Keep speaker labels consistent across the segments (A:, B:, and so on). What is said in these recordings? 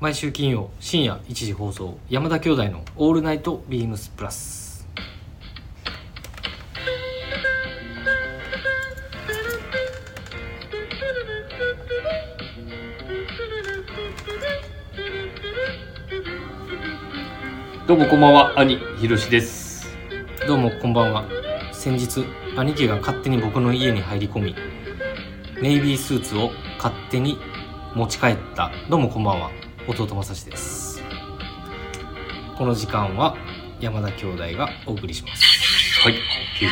A: 毎週金曜深夜1時放送山田兄弟の「オールナイトビームスプラス」
B: どうもこんばんは兄ひろしです
A: どうもこんばんは先日兄貴が勝手に僕の家に入り込みネイビースーツを勝手に持ち帰ったどうもこんばんは弟まさしですこの時間は山田兄弟がお送りします
B: はいという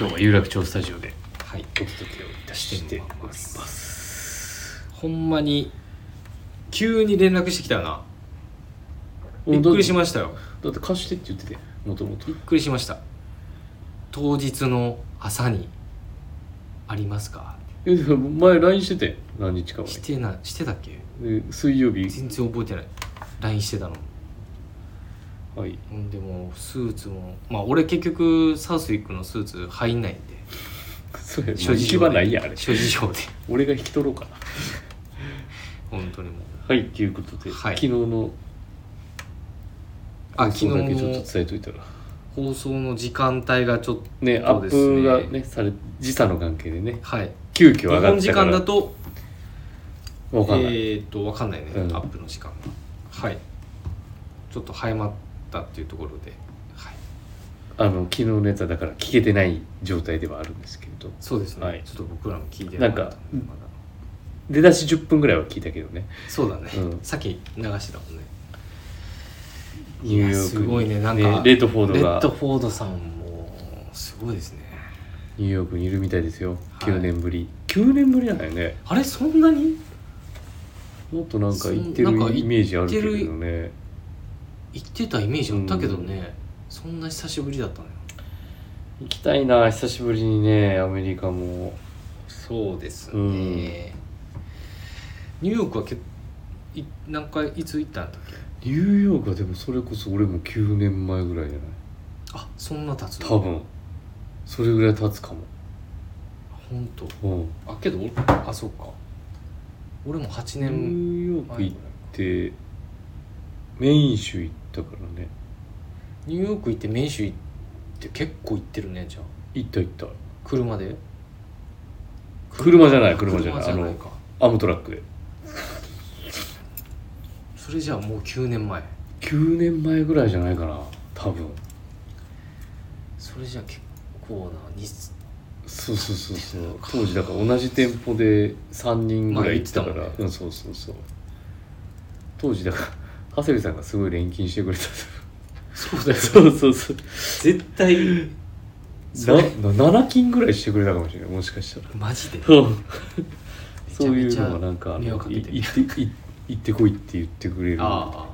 B: ことで今日は有楽町スタジオで
A: はい
B: お届けをいたしております
A: ほんまに急に連絡してきたよなび
B: び
A: っ
B: っ
A: く
B: く
A: り
B: り
A: し
B: し
A: ましたよ
B: だって貸してって言っててもともと
A: びっくりしました当日の朝にありますか
B: えでも前 LINE してて何日か前
A: してなしてたっけ
B: で水曜日
A: 全然覚えてない LINE してたの
B: はい
A: うんでもスーツもまあ俺結局サウスウィックのスーツ入んないん
B: そうや
A: で
B: 行き場ないやんあれ
A: 諸事情で
B: 俺が引き取ろうかな
A: 本当にもう
B: はいということで、
A: はい
B: 昨日の
A: あ
B: 放
A: 昨日
B: 送だけちょっ
A: の
B: と伝えといたら
A: 放送の時間帯がちょっと
B: ねア
A: そう
B: ッ
A: ですね
B: プがねされ時差の関係でね
A: はい
B: 急遽
A: 日
B: 上が
A: 本
B: っ
A: 時
B: たか
A: 間だ
B: ら
A: と
B: わかんな
A: え
B: い、
A: ーっと分かんないね、
B: うん
A: アップの時間がはいちょっと早まったっていうところではい
B: あの昨日のやつはだから聞けてない状態ではあるんですけれど
A: そうですね、
B: はい
A: ちょっと僕らも聞いてなかったんで
B: なんか
A: まだ
B: 出だし10分ぐらいは聞いたけどね
A: そうだね、
B: うん
A: さっき流してたもんね
B: ニューヨークに
A: すごいねなんか
B: レッドフォー
A: レ
B: ドが
A: ッドフォードさんもすごいですね
B: ニューヨークにいるみたいですよ
A: はい
B: 9年ぶり、9年ぶりなんよね
A: あれそんなに
B: もっとなんか行って
A: そんなんか
B: る
A: 行
B: イメージあるけれどね
A: 行ってたイメージあったけどね、そんな久しぶりだったのよ
B: 行きたいな久しぶりにねアメリカも
A: そうですね、
B: うん
A: ニューヨークはけい何回いつ行ったんだっけ
B: ニューヨークはでもそれこそ俺も9年前ぐらいじゃない
A: あそんな経つ
B: 多分それぐらい経つかも
A: 本当
B: うん
A: あけど俺あそうか俺も8
B: ニュ
A: 年
B: ーヨ
A: 前
B: ーク
A: ぐら
B: 行
A: い
B: っ
A: か
B: てメイン州行ったからね
A: ニューヨーク行ってメイン州行って結構行ってるねじゃあ
B: 行った行った
A: 車で
B: 車じゃない車じゃない
A: 車か
B: アムトラックで
A: それじゃあもう9年前
B: 9年前ぐらいじゃないかな多分
A: それじゃあ結構なに
B: そうそうそうそう当時だから同じ店舗で3人ぐらい行ってたから、
A: まあ行ってたもんね
B: うんそうそうそう当時だから長谷部さんがすごい錬金してくれた
A: そうだよ
B: そうそうそう
A: 絶対それ
B: なな7金ぐらいしてくれたかもしれないもしかしたら
A: マジで
B: そう
A: めち
B: そ
A: ゃ
B: う
A: め
B: い
A: ち
B: う
A: ゃ
B: のがなんかあ
A: 迷惑
B: の
A: か
B: い
A: けてる
B: 行ってい行ってこいって言ってくれる
A: ああ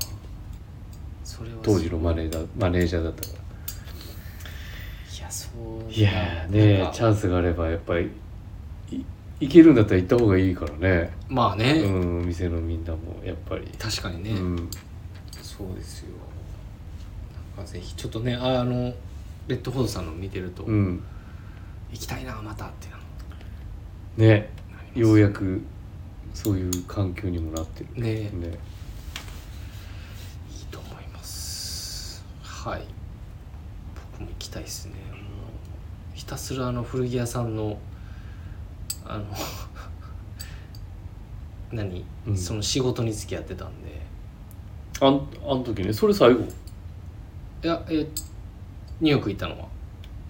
A: それは
B: 当時のマネーだマネージャーだったから
A: いやそう
B: い
A: い
B: やーねチャンスがあればやっぱりい行けるんだったら行った方がいいからね
A: まあね、
B: うん店のみんなもやっぱり、
A: 確かにね、
B: うん、
A: そうですよなんかぜひちょっとねああのレッドホードさんの見てると、
B: うん、
A: 行きたいなまたってなの
B: ね
A: なります
B: ようやくそういう環境にもなってる
A: ね
B: ね
A: いいと思いますはい僕も行きたいですねもうひたすらあの古着屋さんのあの 何、
B: うん
A: その仕事に付き合ってたんで
B: あんあの時ねそれ最後
A: いやえニューヨーク行ったのは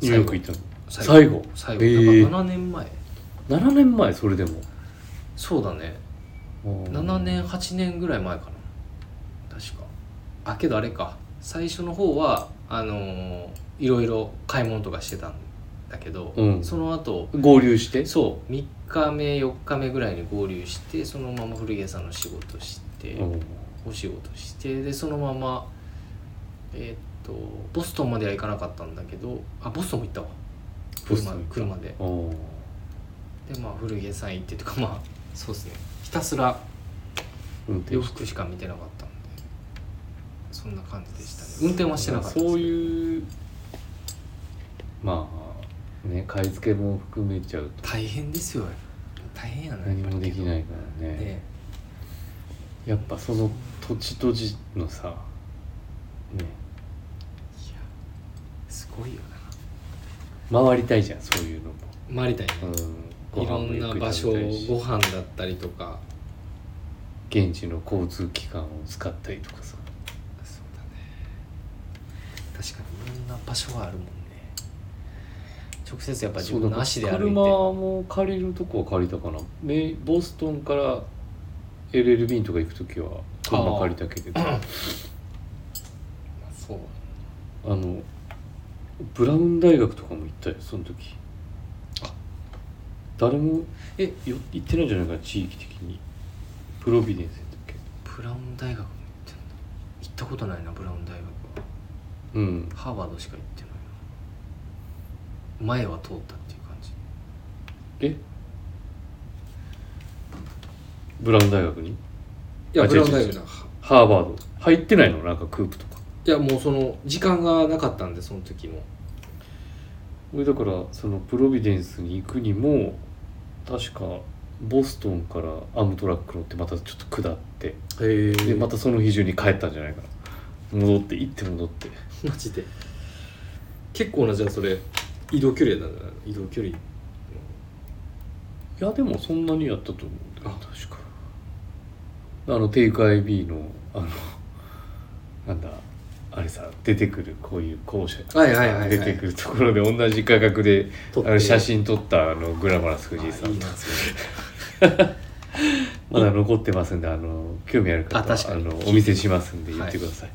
B: ニューヨーク行ったの
A: 最
B: 最
A: 後
B: 後
A: 最後
B: えー
A: なんか7年前
B: 7年前それでも
A: そうだね7年8年ぐらい前かな確かあけどあれか最初の方はあのーいろいろ買い物とかしてたんだけど、
B: うん
A: その後
B: 合流して
A: そう3日目4日目ぐらいに合流してそのまま古着屋さんの仕事して、
B: うん
A: お仕事してでそのままえーっとボストンまでは行かなかったんだけどあボストンも行ったわ
B: ボス
A: 車
B: トン行った
A: 車で
B: うん
A: でまあ古着屋さん行ってとかまあそうですねひたすら
B: 運転
A: 洋
B: して
A: 服しか見てなかったんでそんな感じでしたね運転はしてなかった
B: そう
A: う
B: いうまあね買い付けも含めちゃうと
A: 大変ですよ大変やな
B: 何もできないいからね
A: ね
B: やっぱそのとじとじのさね
A: すごいよ
B: 回りたいじゃんそういうのも、
A: な回りたいね
B: うん、
A: いろんな場所
B: ご飯
A: を
B: もゆっくり食べ
A: ご
B: たいし
A: 飯だったりとか
B: 現地の交通機関を使ったりとかさ
A: そうだね確かにいろんな場所はあるもんね直接やっぱ自分の足で歩い
B: 車
A: て
B: も借りるとこは借りたかなメボストンから LL ビーンとか行く時は車借りたけれどあ
A: そう
B: のブラウン大学とかも行ったよその時
A: あ
B: 誰も
A: え
B: よ行ってないんじゃないかな地域的にプロビデンスやったっけ
A: ブラウン大学も行ってんだ行ったことないなブラウン大学は
B: うん
A: ハーバードしか行ってないな前は通ったっていう感じ
B: えブラウン大学に
A: いや
B: あ
A: ブラウン
B: 違う
A: 大
B: 違う違
A: 学
B: う
A: だ
B: ハーバード入ってないのなんかクープとか
A: いやもうその時間がなかったんでその時も
B: 俺だからそのプロビデンスに行くにも確かボストンからアームトラック乗ってまたちょっと下って
A: へえ
B: でまたその日中に帰ったんじゃないかな戻って行って戻って
A: マジで結構なじゃあそれ移動距離なんだな移動距離
B: いやでもそんなにやったと思うんだよ
A: あ
B: 確かあのテイク IB のあの なんだあれさ出てくるこういう校舎
A: はいはいはいはい
B: 出てくるところで同じ価格で
A: 撮って
B: あの写真撮ったあのグラマラス藤井さ
A: あい
B: ん
A: いなそれ
B: まだ残ってますんであの興味ある方
A: あ確かに
B: のお見せしますんで言ってください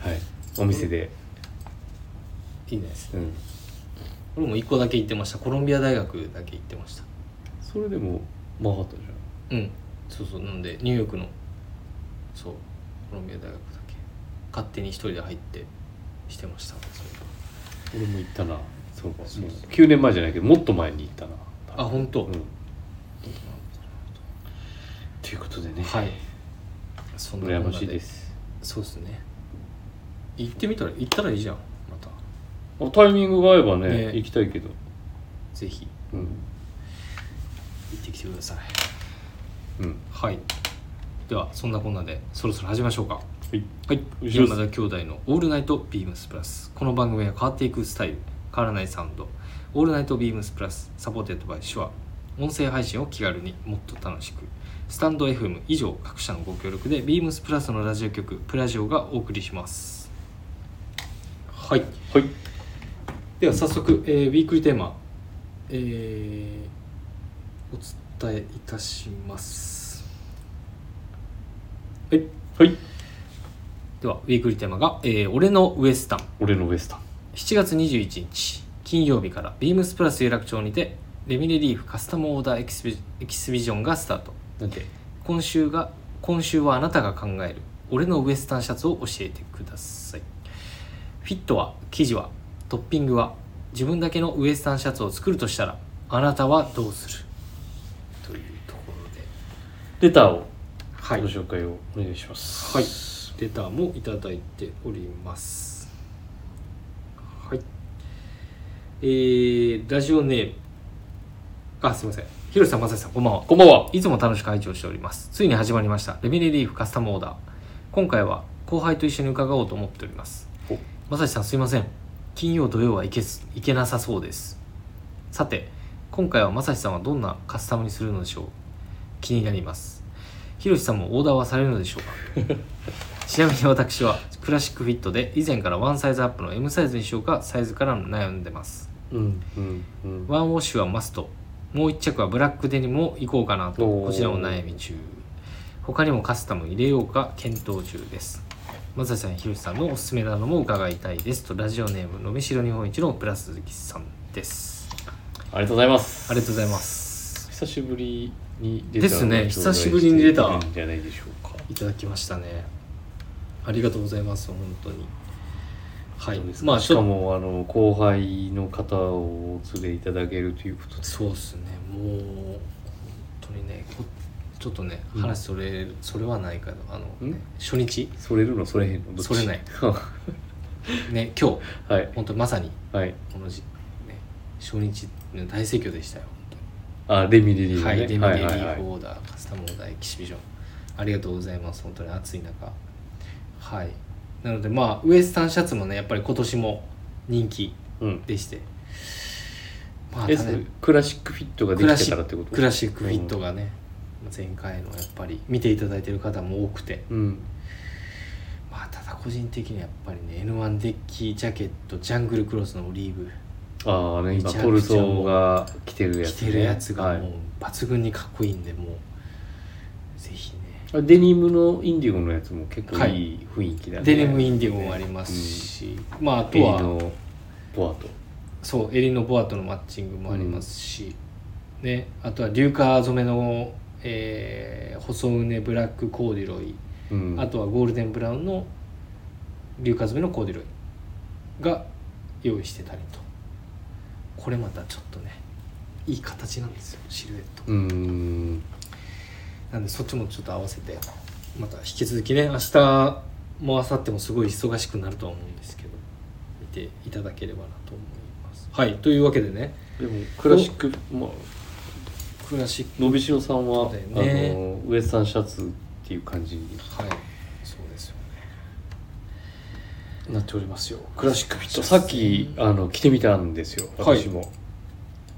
B: はい、お店で
A: いいねですね
B: うん
A: 俺も1個だけ行ってましたコロンビア大学だけ行ってました
B: それでも回った
A: う
B: じ
A: んそうそうなんでニューヨークのそうコロンビア大学だけ勝手に一人で入ってしてましたそれ
B: ゃん俺も行ったなそうか
A: そうそう
B: もう9年前じゃないけどもっと前に行ったな
A: あ本当、
B: うんということでね、
A: はいそんな
B: 羨ましいですす
A: そうですね行ってみたら行ったらいいじゃんまた
B: あタイミングが合えばね
A: ね
B: 行きたいけど、
A: ぜひ
B: うん
A: 行ってきてください
B: うん
A: はいではそんなこんなでそろそろ始めましょうか
B: はい
A: はい
B: お願いします
A: 山田兄弟の「オールナイトビームスプラス」この番組は変わっていくスタイル変わらないサウンド「オールナイトビームスプラス」サポーテッドバイ手話音声配信を気軽にもっと楽しくスタンド FM 以上各社のご協力でビームスプラスのラジオ局プラジオがお送りしますはい
B: はい
A: では早速、えーウィークリーテーマ、えーお伝えいたしますはい
B: はい
A: ではウィークリーテーマが、えー俺のウエスタン」
B: 俺のウエスタン
A: 7月21日金曜日からビームスプラス有楽町にてレミレリーフカスタムオーダーエキスビエキシビジョンがスタート
B: なんて
A: 今週が今週はあなたが考える俺のウエスタンシャツを教えてくださいフィットは生地はトッピングは自分だけのウエスタンシャツを作るとしたらあなたはどうするというところで
B: レターを
A: は
B: ご
A: い、
B: 紹介をお願いします
A: はい、レターもいただいておりますはいえー、ラジオネームあすいません広瀬さん正ささんこんばんは
B: こんばんはい
A: つも楽しく拝聴しております。ついに始まりました。レミレリーフカスタムオーダー。今回は後輩と一緒に伺おうと思っております
B: お。
A: まさしさんすいません。金曜土曜は行けず行けなさそうです。さて、今回はまさしさんはどんなカスタムにするのでしょう気になります。ひろしさんもオーダーはされるのでしょうかちなみに私はクラシックフィットで以前からワンサイズアップの M サイズにしようかサイズから悩んでます。
B: うんうんうん
A: ワンウォッシュはマスト。もう一着はブラックデニムを行こうかなと、
B: おー
A: こちらも悩み中。他にもカスタム入れようか検討中です。まさしさん、ひろしさんのおすすめなども伺いたいですと、ラジオネーム、のみしろ日本一のプラス鈴木さんです。
B: ありがとうございます
A: ありがとうございます。
B: 久しぶりに出
A: ですね久しぶりにレター
B: じゃないでしょうか
A: いただきましたね。ありがとうございます、本当に。はい
B: どうで。すか
A: まあ、
B: し
A: ち
B: か
A: ょっ
B: もあの後輩の方をお連れいただけるということ
A: と、
B: で
A: そうですね、もう、本当にね、こちょっとね、
B: うん
A: 話それ、それはないかな。あの、
B: ん
A: 初日
B: それるのそれへんのどっち
A: それない
B: は
A: ね、今日、
B: い
A: 本当にまさに
B: はい
A: この時、ね、初日の大盛況でしたよ。
B: あレミレリー
A: は
B: が
A: い、
B: ね
A: デミレリー
B: はいはい
A: フオーダー、カスタムオーダー、エキシビジョン。ありがとうございます。本当に暑い中、はいなのでまあウエスタンシャツもねやっぱり今年も人気
B: うん
A: でしてまあ
B: え
A: た
B: そ
A: だ
B: れクラシックフィットができてたらってこと
A: クラシックフィットがね、前回のやっぱり見ていただいてる方も多くて
B: うん
A: まあただ個人的にはやっぱりね N1 デッキジャケットジャングルクロスのオリーブ
B: ああね
A: め
B: 今
A: ちゃくちゃ
B: トルソーが着てるや
A: 着
B: つ、ね、
A: てるやつ
B: は
A: がも
B: いう
A: 抜群にかっこいいんでもうぜひね
B: あデニムのインディゴのやつも結構
A: はい
B: いい雰囲気だね、
A: デニムインディゴもありますし、まああ
B: エ
A: と
B: リ
A: は
B: のボアと
A: そう襟のボアとのマッチングもありますし、ねあとは硫化染めの、えー細畝ブラックコーデュロイ
B: うん
A: あとはゴールデンブラウンの硫化染めのコーデュロイが用意してたりとこれまたちょっとねいい形なんですよシルエット
B: うん
A: なんでそっちもちょっと合わせてまた引き続きね明日も明後日もすごい忙しくなるとは思うんですけど見ていただければなと思いますはいというわけでね
B: でもクラシック、まあ、
A: クラシック
B: のびしろさん
A: そ
B: は、
A: うだよね
B: あのウエスタンシャツっていう感じに
A: はいそうですよね
B: なっておりますよクラシックフィッ
A: そ
B: トさ
A: う
B: っ
A: ですね
B: きあの着てみたんですよ
A: はい
B: 私も、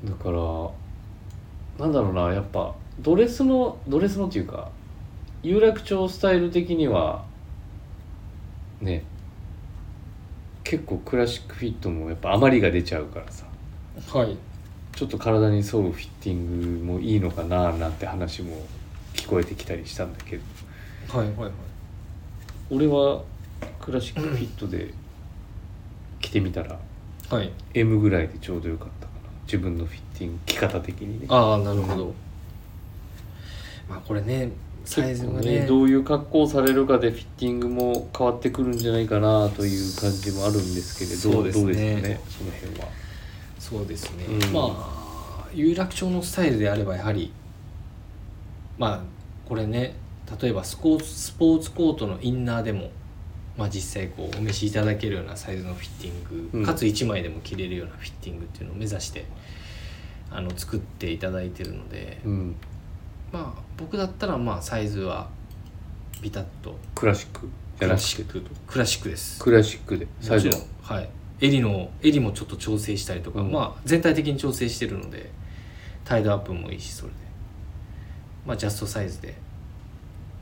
B: だからなんだろうなやっぱドレスのドレスのっていうか有楽町スタイル的にはね結構クラシックフィットもやっぱ余りが出ちゃうからさ
A: はい
B: ちょっと体に沿うフィッティングもいいのかななんて話も聞こえてきたりしたんだけど
A: はいはいはい
B: 俺はクラシックフィットで着てみたら
A: はい
B: M ぐらいでちょうどよかったかな自分のフィッティング着方的にね
A: ああなるほど、まあこれねサイズが
B: 結構
A: ね
B: どういう格好をされるかでフィッティングも変わってくるんじゃないかなという感じもあるんですけれ
A: そ
B: ど
A: うですね
B: どうですかねその辺は
A: そうですね、
B: うん
A: まあ有楽町のスタイルであればやはりまあこれね例えばスポーツスポーツコートのインナーでも、まあ、実際こうお召しいただけるようなサイズのフィッティング、
B: うん
A: かつ1枚でも着れるようなフィッティングっていうのを目指してあの作っていただいてるので、
B: うん
A: まあ僕だったらまあサイズはビタッと
B: クラシックじ
A: ク
B: ゃな
A: ラ
B: く
A: シ
B: て
A: ッククラシックです
B: クラシックで最初
A: もちろんはい襟の襟もちょっと調整したりとか、
B: うん
A: まあ全体的に調整してるのでタイドアップもいいしそれでまあジャストサイズで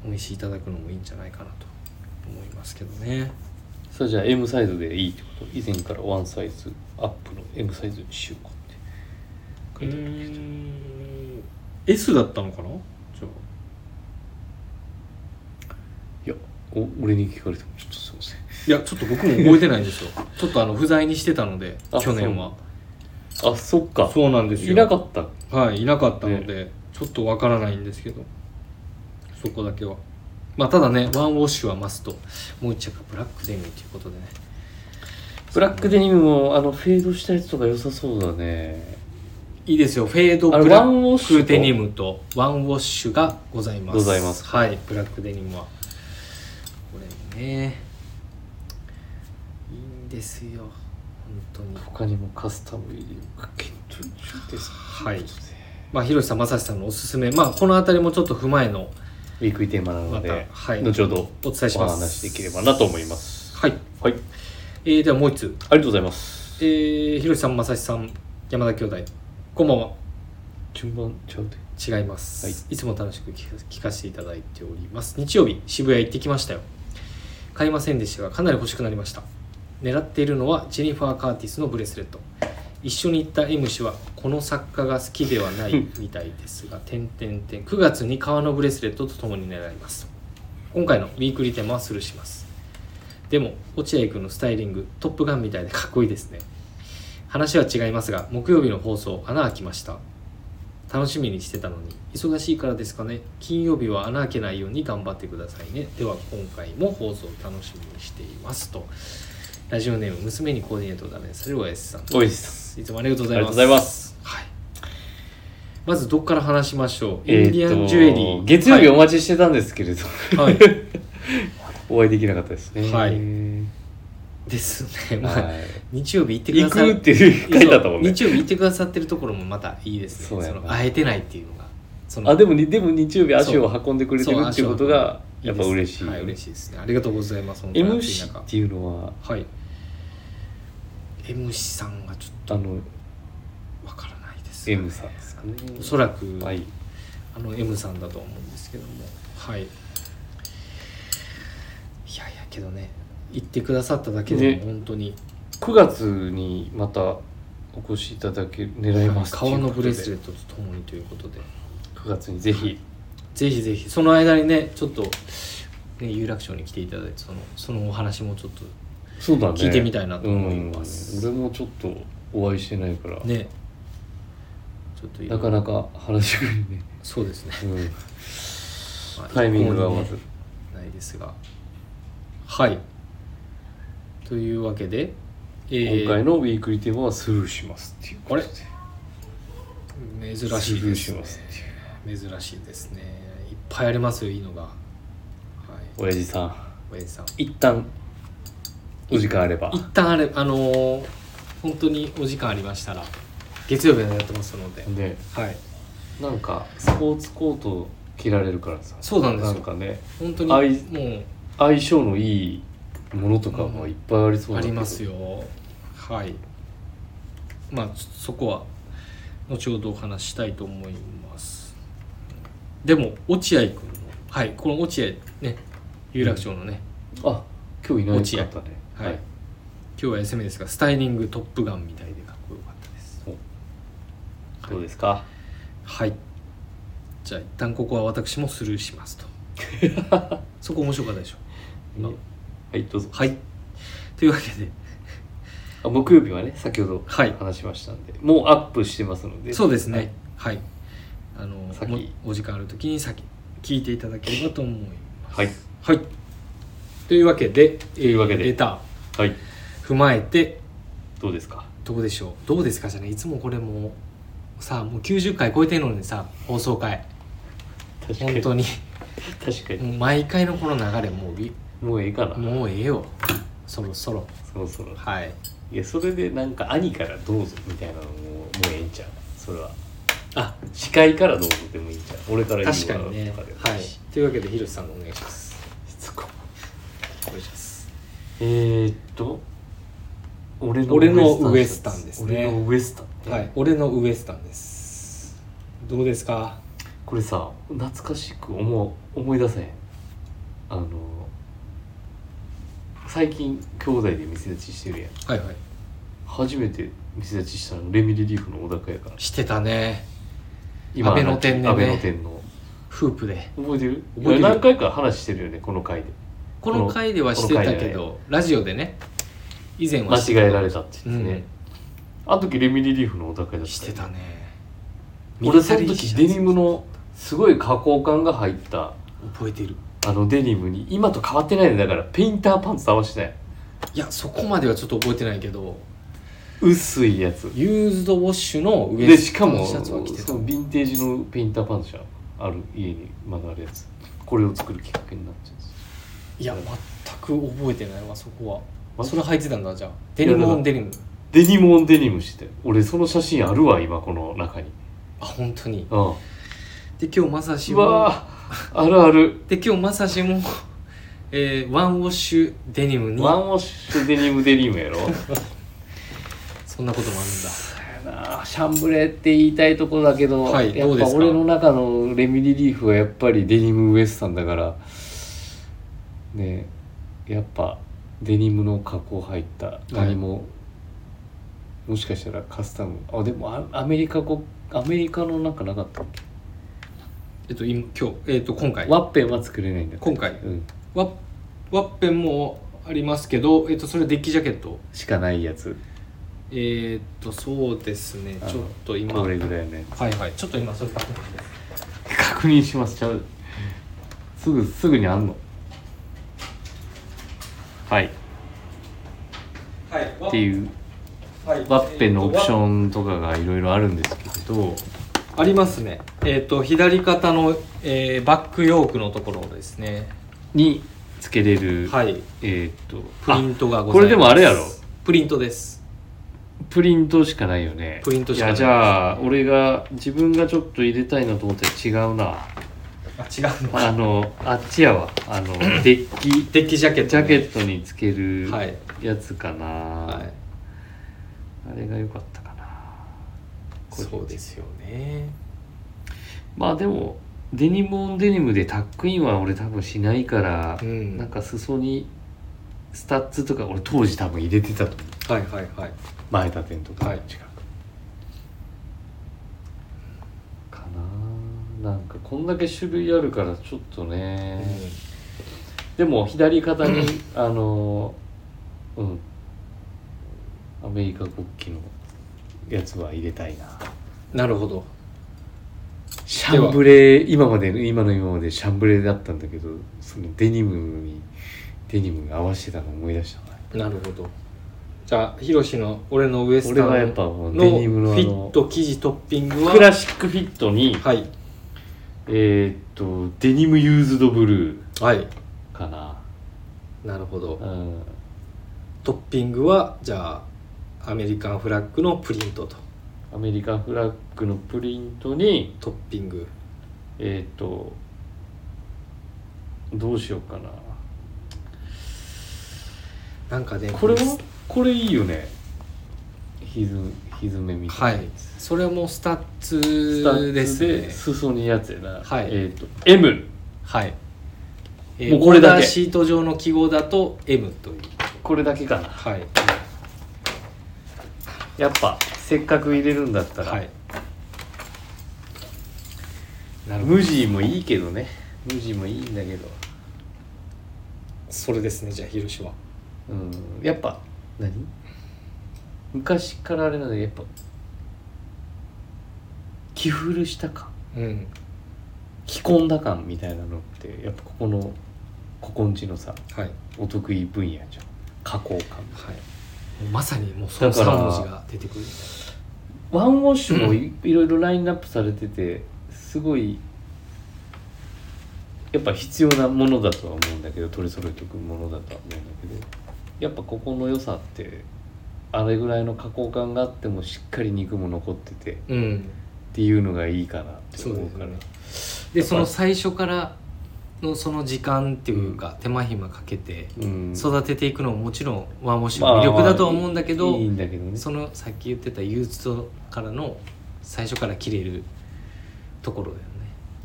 A: お召しいただくのもいいんじゃないかなと思いますけどね
B: それじゃあ M サイズでいいってこと以前からワンサイズアップの M サイズにしようかって書いてある
A: S だったのかなじゃ
B: いやお俺に聞かれてもちょっとすいません
A: いやちょっと僕も覚えてないん ですよちょっとあの不在にしてたので
B: あ
A: 去年は
B: あそっか
A: そうなんですよ
B: いなかった
A: はいいなかったので、ちょっとわからないんですけどそこだけはまあただねワンウォッシュはマストもう一着ブラックデニムということでね
B: ブラックデニムもあのフェードしたやつとか良さそうだね
A: いいですよフェード
B: あれ
A: ブラ
B: ワンウォッシ
A: ッ
B: ュ
A: ク
B: と
A: デニムとワンウォッシュがございます
B: ございます
A: はいブラックデニムはこれねいいんですよ本当に
B: 他にもカスタム入れをかけとです
A: はいまあ広瀬さん正志さんのおすすめまあこの辺りもちょっと踏まえの
B: ウィークイテーマなの
A: ま
B: で、
A: たはい
B: 後ほど
A: お伝えし
B: お
A: ます
B: 話しできればなと思います
A: はい、
B: はいあ
A: えー、ではもう一つ
B: りがとうございます
A: えー、ひろしさん、まさしさん、山田兄弟、こんばんは。
B: 順番ちゃうで
A: 違います。
B: はい
A: い、つも楽しく聞か聞かせていただいております。日曜日、渋谷行ってきましたよ。買いませんでしたが、かなり欲しくなりました。狙っているのは、ジェニファー・カーティスのブレスレット。一緒に行った M 氏は、この作家が好きではないみたいですが、点点点9月に革のブレスレットと共に狙います。今回のウィークリーテーマはスルーします。でも、落合君のスタイリング、トップガンみたいでかっこいいですね。話は違いますが木曜日の放送穴開きました楽しみにしてたのに忙しいからですかね金曜日は穴開けないように頑張ってくださいねでは今回も放送楽しみにしていますとラジオネーム娘にコーディネートをダメにされる OS さん
B: おいです
A: いつもありがとうございます
B: ありがとうございます、
A: はい、まずどっから話しましょうイ
B: えー
A: ンデ
B: と
A: ィアンジュエリー、
B: 月曜日お待ちしてたんですけれど、
A: はい、はい
B: お会いできなかったですね
A: はい
B: い
A: ですねまあ、
B: はい
A: 日曜日行ってく
B: 行
A: ださ
B: く
A: い
B: っていう書いてあったもんね
A: 日曜日行ってくださってるところもまたいいです
B: そう
A: ね
B: や
A: そ
B: な
A: の会えてないっていうのがその
B: あでもにでも日曜日足を運んでくれてるっていうことがやっぱ嬉しい
A: は嬉しいですねありがとうございます本当に暑い
B: MC
A: 中
B: っていうのは
A: はい MC さんがちょっ
B: あの
A: とわからないです、
B: M さんですかね
A: おそらく、
B: はい
A: あの M さんだと思うんですけどもはいいやいやけどね言ってくださっただけで
B: ね
A: も本当に、
B: 9月にまたお越しいただけ狙います
A: 顔のブレスレ
B: ッ
A: ットとともにということで
B: ト9月にぜひ
A: ぜひぜひその間にねちょっと、ね、有楽町に来ていただいてそのそのお話もちょっと
B: そうだね
A: 聞いてみたいなと思います
B: うん俺もちょっとお会いしてないから、
A: ねちょっといろ
B: ない
A: ろ
B: かなか話しくいね、
A: そうですね、
B: うん、
A: まあ
B: タイミングが
A: 一向
B: ま
A: に
B: ず
A: ねないですがはいというわけで、えー
B: 今回のウィークリーテーマはスルーしますっていうことで
A: あ珍しい
B: スル
A: で
B: ー
A: す
B: し
A: ね
B: ますっていう
A: 珍しいですねいっぱいありますよいいのがは
B: 親父さん
A: いおやじさん
B: 一旦お時間あれば
A: 一旦あれあのー本当にお時間ありましたら月曜日はやってますので、
B: で
A: はい
B: なんかスポーツコート着られるからさ
A: そうなんですよ
B: なんかね
A: 本当に
B: はい
A: も
B: 相性のいいものとかもいっぱいありそう
A: うあ
B: だけど
A: りますよはいまあそそこは後ほどお話ししたいと思いますでも落合君のはいこの落合ね有楽町のね、
B: あ今日いないかったね
A: 落合はい今日は休みですがスタイリングトップガンみたいでかっこよかったです
B: どうですか
A: はいじゃあ一旦ここは私もスルーします とそこ面白かったでしょ今
B: はいどうぞ
A: はいというわけで
B: あ木曜日はね先ほど
A: はい
B: 話しましたんでもうアップしてますので
A: そうですねはい、あの
B: さっき
A: もお時間ある時に先聞いていただければと思います
B: はい
A: はいというわけでと
B: いうわけで
A: レタ
B: はい
A: ー踏まえて
B: どうですか
A: どうでしょうどうですかじゃねいつもこれもうさあもう90回超えてるのにさ放送回
B: 確か
A: 本
B: に
A: 当 に
B: 確かに
A: もう毎回のこの流れもうい
B: もうええかな
A: もうええよそろそろ
B: そろそろ
A: はい
B: いやそれでなんか兄からどうぞみたいなのももうええんちゃうそれは
A: あ
B: 司会からどうぞでもいいんちゃう俺から
A: 確か
B: 言うわ
A: にね
B: とかでも
A: はい
B: し
A: というわけでひろしさんお願いします
B: つこ
A: お願いします
B: えー、っと俺
A: 俺のウエスタンですね
B: 俺のウエスタン、
A: はい、俺のウエスタンです。どうですか。
B: これさ懐かしく思う思い出せんあの最近兄弟で店立ちしてるやん
A: はいはい。
B: 初めて店立ちしたのレミリリーフの小高やから
A: してたね。
B: 今
A: 安倍の天皇ね
B: 安倍の天皇
A: フープで。
B: 覚えてる
A: 覚えてる
B: いや何回か話してるよねこの回で
A: この回ではしてたけ
B: こ
A: ど、ラジオでね。以前は
B: 間
A: して
B: 違えられたって
A: う
B: 言ってね
A: ん、、
B: あの時レミリリーフのお高いだった
A: してたね。
B: 俺その時デニムのすごい加工感が入った
A: 覚えてる。
B: あのデニムに今と変わってないんだからペインターパンツ合わせてない
A: いや、そこまではちょっと覚えてないけど、
B: 薄いやつ
A: ユーズドウォッシュの上
B: でしかも
A: シャ
B: その
A: ツは着てた。
B: ヴィンテージのペインターパンツじゃんある家にまだあるやつこれを作るきっかけになっちゃうんです
A: いや、全く覚えてないわ、そこは。
B: マジ
A: それ履いてたんだ、じゃあ。デニムオンデニム。
B: デニムオンデニムしてたよ俺その写真あるわ今この中に
A: あ、本当に。
B: うん
A: で、今日まさし
B: う
A: は。
B: わーあるある
A: で今日まさしも、 えーワンウォッシュデニムに
B: ワンウォッシュデニムデニム やろ
A: そんなこともあるんだ
B: なあシャンブレーって言いたいとこだけど、
A: はい
B: や
A: ど
B: っ
A: うで
B: ぱ
A: すか
B: 俺の中のレミリリーフはやっぱりデニムウエスタンだからねえやっぱデニムの加工入った何も、もしかしたらカスタムあでもアアメリカ語アメリカのなんかなかったっけ
A: えっと今今日、えっと今回ワ
B: ワッペンは作れないんだって
A: 今回
B: うん、
A: ッワッペンもありますけど、えっとそれデッキジャケット
B: しかないやつ
A: えっとそうですね
B: あの
A: ちょっと今
B: こ
A: は
B: れ
A: い
B: ぐらいのやつ
A: はいちょっと今それ確認です
B: 確認しますちゃうすぐすぐにあんのはい
A: はい
B: っ
A: って
B: いうワッペンのオプションとかがいろいろあるんですけど
A: ありますねえっと左肩の、えーバックヨークのところですね
B: につけれる、
A: はい
B: えーっと
A: プリントがございます
B: これでもあれやろ
A: プリントです
B: あプリントしかないよね
A: プリントしかない
B: やじゃあ俺が自分がちょっと入れたいなと思ったら違うな
A: あ違う
B: あ
A: の
B: のあっちやわあのデッキジ
A: デッキジャケット
B: ャ
A: ね、
B: ケットにつける
A: はい
B: やつかな、
A: はい
B: あれが良かったかな
A: そうですよね
B: まあでもデニムオンデニムでタックインは俺多分しないから
A: う、ん
B: なんか裾にスタッツとか俺当時多分入れてたと思う
A: はいはいはい
B: 前立てんとか、
A: はい
B: 近くかななんかこんだけ種類あるからちょっとね、でも左肩 にあのうんアメリカ国旗のやつは入れたいな
A: なるほど
B: シャンブレー今まで今の今までシャンブレーだったんだけどそのデニムにデニムに合わせてたの思い出したな
A: なるほどじゃあヒロシの俺のウエス
B: 俺
A: タン
B: はやっ
A: の
B: ぱもう
A: フ
B: デニムのあ
A: ィッ
B: の
A: ト生地トッピング
B: クラ
A: は
B: シックフィットに、
A: はい
B: えーっとデニムユーズドブル
A: はい
B: ーかな、
A: なるほど
B: うん、
A: トッピングはじゃあアメリカンフラッグのプリントと
B: アメリカンフラッグのプリントに
A: トッピング
B: えーっとどうしようかな
A: なんかね
B: これはこれいいよねひずひずめみた
A: はい
B: ないやつ
A: それもスタッ
B: スタ
A: ツ
B: ッ
A: で
B: ツ
A: すね
B: で裾にやつやな、
A: はい
B: えっ、と M
A: はい、えー、
B: もう
A: こ
B: こ
A: れ
B: れだ
A: だ
B: け
A: けシート上の記号だと M という
B: これだけかな
A: はい
B: やっぱせっかく入れるんだったら、
A: はいなるほど
B: 無地もいいけどね無地もいいんだけど
A: それですねじゃあヒロシは
B: うんやっぱ何昔からあれなんだけどやっぱ着古した感
A: うん
B: 着込んだ感みたいなのってやっぱここのここんちのさ
A: はい
B: お得意分野じゃん加工感
A: はいもうまさにもうその
B: だから
A: 3文字が出てくる
B: ワンウォッシュもいいろいろラインナップされててすごいやっぱ必要なものだとは思うんだけど取り揃えておくものだとは思うんだけどやっぱここの良さってあれぐらいの加工感があってもしっかり肉も残っててっ
A: うん
B: ていうのがいいかなって
A: そう
B: 思
A: で
B: う
A: す
B: から
A: ねでその最初からのその時間っていうか、手間暇かけて
B: うん
A: 育てていくのももちろんワンウォッシュの魅力だとは思うんだけど、
B: まあいいんだけどね
A: そのさっき言ってた憂鬱とからの最初から切れるところだよね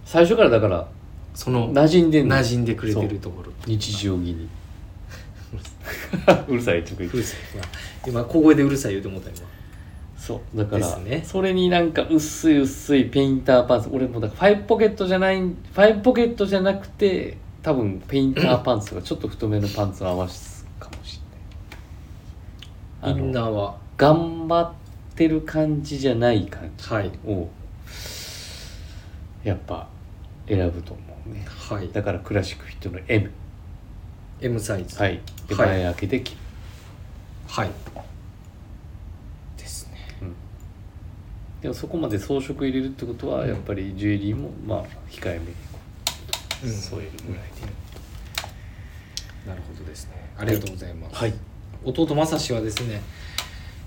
B: 最初からだから
A: その
B: 馴染んでんの
A: 馴染んでくれてるところ
B: 日常 着にうるさいとこ言っ
A: う
B: て
A: るさい今今小声でうるさい言うて思った今
B: そうだから
A: ですね
B: それになんか薄い薄いペインターパンツ俺もだからファイブポケットじゃないファイブポケットじゃなくて多分ペインターパンツとかちょっと太めのパンツを合わすかもしれない
A: イン
B: あ
A: ナー
B: の
A: は
B: 頑張ってる感じじゃない感じ
A: はい
B: をやっぱ選ぶと思うね
A: はい
B: だからクラシックフィットの M
A: M サイズ
B: はいで
A: はい
B: 前開けて切る、
A: はいですね
B: でもそこまで装飾入れるってことはやっぱりジュエリーもまあ控えめに
A: うん
B: 添えるぐらいで、
A: なるほどですねありがとうございます、
B: はい
A: 弟正志はですね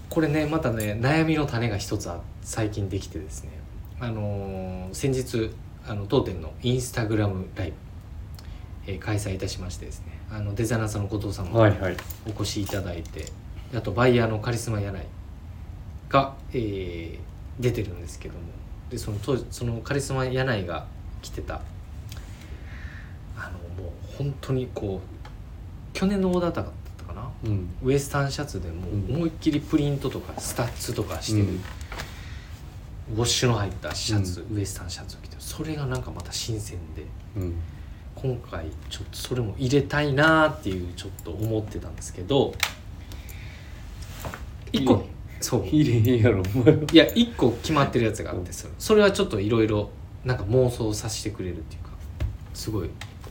A: これねまたね悩みの種が一つあ最近できてですねあのー先日あの当店のインスタグラムライブ、えー開催いたしましてですねあのデザイナーさんの後藤さんも
B: はいはい
A: お越しいただいて、あとバイヤーのカリスマ柳井が、えー出てるんですけどもでその当時そのカリスマ柳井が着てたあのもう本当にこう去年のオーダーだったかな
B: うん
A: ウエスタンシャツでも
B: うん
A: う思いっきりプリントとかスタッツとかしてる、ウォッシュの入ったシャツ、ウエスタンシャツを着てるそれがなんかまた新鮮で
B: うん
A: 今回ちょっとそれも入れたいなーっていうちょっと思ってたんですけど一個そう
B: いいねやろお前はい
A: や一個決まってるやつがあってそれそれはちょっといろいろなんか妄想させてくれるっていうかすごい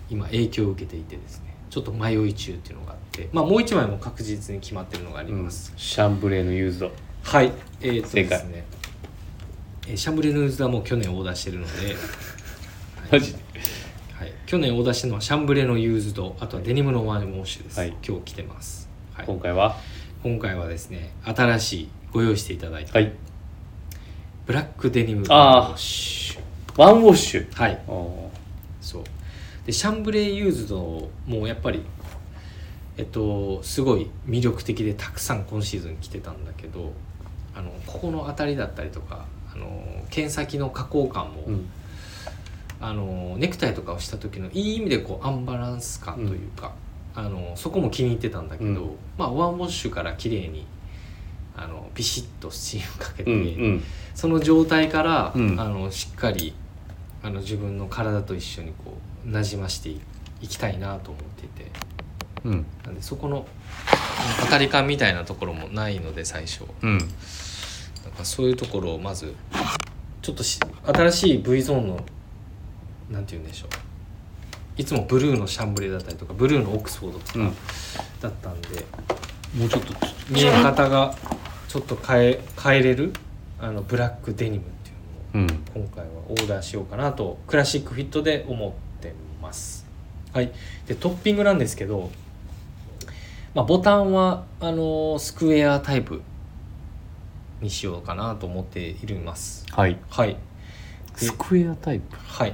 A: 今影響を受けていてですねちょっと迷い中っていうのがあってまあもう一枚も確実に決まってるのがあります、
B: シャンブレーのユーズド
A: はい、えー、と
B: 正
A: で
B: 解
A: すね、えーシャンブレヌーズはもう去年オーダーしてるの で、
B: マジで
A: はい、去年オーダーしてるのはシャンブレのユーズドあとはデニムのワンウォッシュです、
B: はい
A: 今日着てます、はい、
B: 今回は
A: 今回はですね新しいご用意していただいた、
B: はい
A: ブラックデニムワンウ
B: あー
A: ォッシュ
B: ワンウォッシュ
A: はい
B: おー
A: そうでシャンブレーユーズドもやっぱりえっとすごい魅力的でたくさん今シーズン来てたんだけどあのここの辺りだったりとかあの剣先の加工感も、
B: うん
A: あのネクタイとかをした時のいい意味でこうアンバランス感というか、あのそこも気に入ってたんだけど、
B: うん
A: まあ、ワンウォッシュから綺麗にあのビシッとスチームかけて、
B: うん
A: その状態から、
B: うん
A: あのしっかりあの自分の体と一緒にこうなじましていいきたいなと思っていて
B: うん
A: なんでそこの当たり感みたいなところもないので最初
B: うん
A: なんかそういうところをまずちょっとし新しい V ゾーンのなんて言うんでしょういつもブルーのシャンブレーだったりとかブルーのオックスフォードとか
B: うん
A: だったんで、
B: もうちょっと
A: 見え方がちょっと変え変えれるあのブラックデニムっていうのを
B: うん
A: 今回はオーダーしようかなとクラシックフィットで思ってますはいでトッピングなんですけど、まあ、ボタンはあのースクエアタイプにしようかなと思っています
B: はい
A: はい
B: スクエアタイプ
A: はい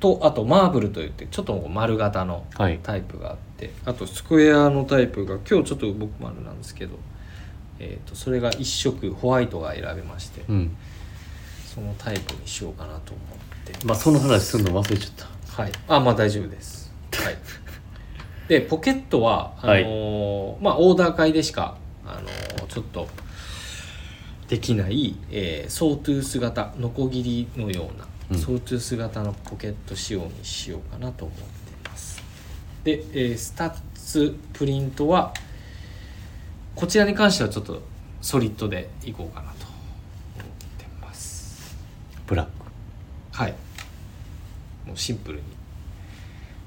A: とあとマーブルといってちょっとこう丸型の
B: はい
A: タイプがあってあとスクエアのタイプが今日ちょっと僕丸なんですけど、えー、とそれが1色ホワイトが選べまして
B: うん
A: そのタイプにしようかなと思って
B: まあその話するの忘れちゃった
A: はいあまあ大丈夫ですはいでポケットはあのーまあオーダー会でしか、あのーちょっとできない、えーソートゥース型ノコギリのような、
B: うん
A: ソートゥース型のポケット仕様にしようかなと思ってますで、えースタッツプリントはこちらに関してはちょっとソリッドでいこうかなと思ってます
B: ブラッ
A: はいもうシンプルに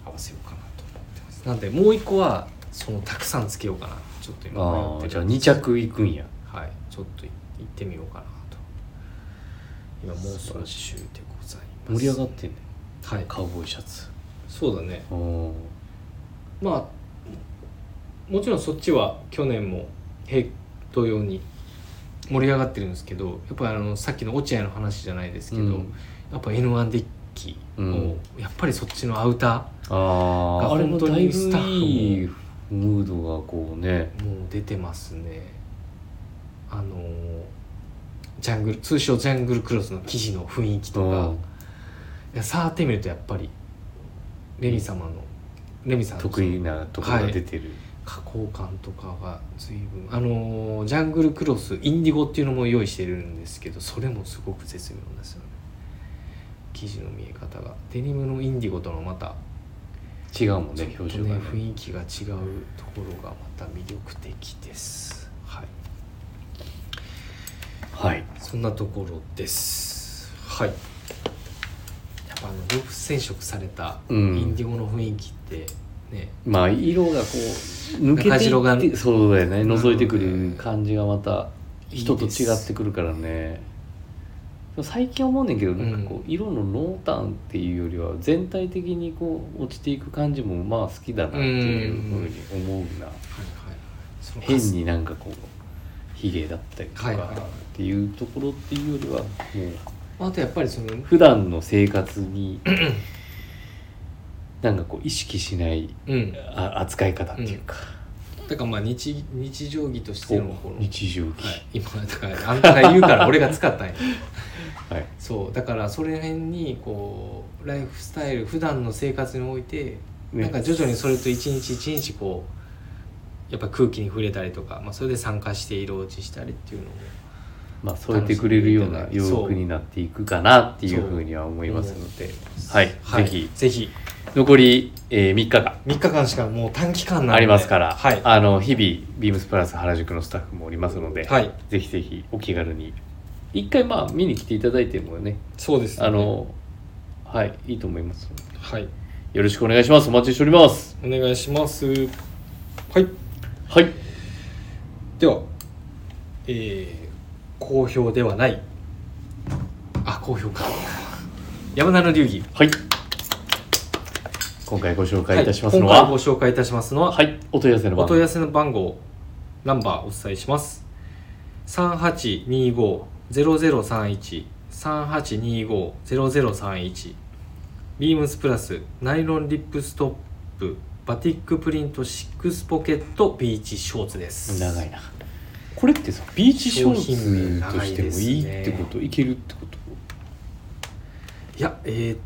A: 合わせようかなと思ってますなんでもう一個はそのたくさんつけようかなちょっと
B: ク
A: 今
B: あ
A: 迷
B: あ
A: って
B: じゃ
A: る
B: あ2着いくんや
A: はいちょっとい行ってみようかなと今もう少し中でございます
B: 盛り上がってんね
A: はい
B: カウボーイシャツ
A: そうだね
B: おお
A: まあもちろんそっちは去年も平同様に盛り上がってるんですけどやっぱりあのさっきの落合の話じゃないですけど、
B: うん
A: やっぱ N1 デッキを、
B: うん
A: やっぱりそっちのアウター
B: あああれも
A: 本当
B: だ
A: に
B: いぶ
A: スタッフも
B: いいムードがこうね
A: もう出てますねあのージャングル通称ジャングルクロスの生地の雰囲気とかいや触ってみるとやっぱりレミ様のレミさんの
B: 得意なところが出てる、
A: 加工感とかが随分あのージャングルクロスインディゴっていうのも用意してるんですけどそれもすごく絶妙ですよね生地の見え方がデニムのインディゴとのまた
B: 違うもん
A: ちょっ
B: ね
A: と
B: 表情が
A: ね
B: ね
A: 雰囲気が違うところがまた魅力的ですはい
B: はい
A: そんなところですはいやっぱあのループ染色されたイ
B: うん
A: ンディゴの雰囲気ってね、
B: まあ色がこう抜けて
A: 中白が
B: いってそうだよね
A: なるほど
B: 覗いてくる感じがまた人と違ってくるからねでも最近思うねんけどなんかこう色の濃淡っていうよりは全体的にこう落ちていく感じもまあ好きだなっていうふうに思う
A: はいはい
B: な
A: はいその
B: 変になんかこうヒゲだったりとか
A: はいはい
B: っていうところっていうよりはもう
A: あとやっぱりその
B: 普段の生活になんかこう意識しない
A: うん
B: あ扱い方っていうか、
A: だからまあ日日常着としてのこの、はい、
B: 日常期
A: 今だからあんたが言うから俺が使ったんや
B: はい
A: そうだからそれ辺にこうライフスタイル普段の生活において、
B: ね
A: なんか徐々にそれと一日一日こうやっぱ空気に触れたりとか、まあ、それで参加して色落ちしたりっていうのも
B: まあ添えてくれるような洋服になっていくかなっていうふうには思いますのではい、ぜひ
A: ぜひ
B: 残り、え3日が
A: 3日間しかもう短期間なので
B: ありますから、
A: はい
B: あの日々ビームスプラス原宿のスタッフもおりますので、
A: はい
B: ぜひぜひお気軽に一回まあ見に来ていただいてもね
A: そうですね
B: あのはいいいと思いますので
A: はい
B: よろしくお願いしますお待ちしております
A: お願いしますはい
B: はい
A: では、えー、好評ではないあ好評か 山田の流儀
B: はい今回ご紹介いたしますの
A: い
B: は、
A: 今回ご紹介いたしますのは、
B: はい、お問い合わせの
A: お
B: 番
A: 問い合わせの番号ナンバーお伝えします3825-0031 3825-0031ビームスプラスナイロンリップストップバティックプリント6ポケットビーチショーツです
B: 長いなこれってさビーチショーツとしても
A: 商品名長いです
B: いい
A: ね
B: ってこといけるってこと
A: いやえ
B: っ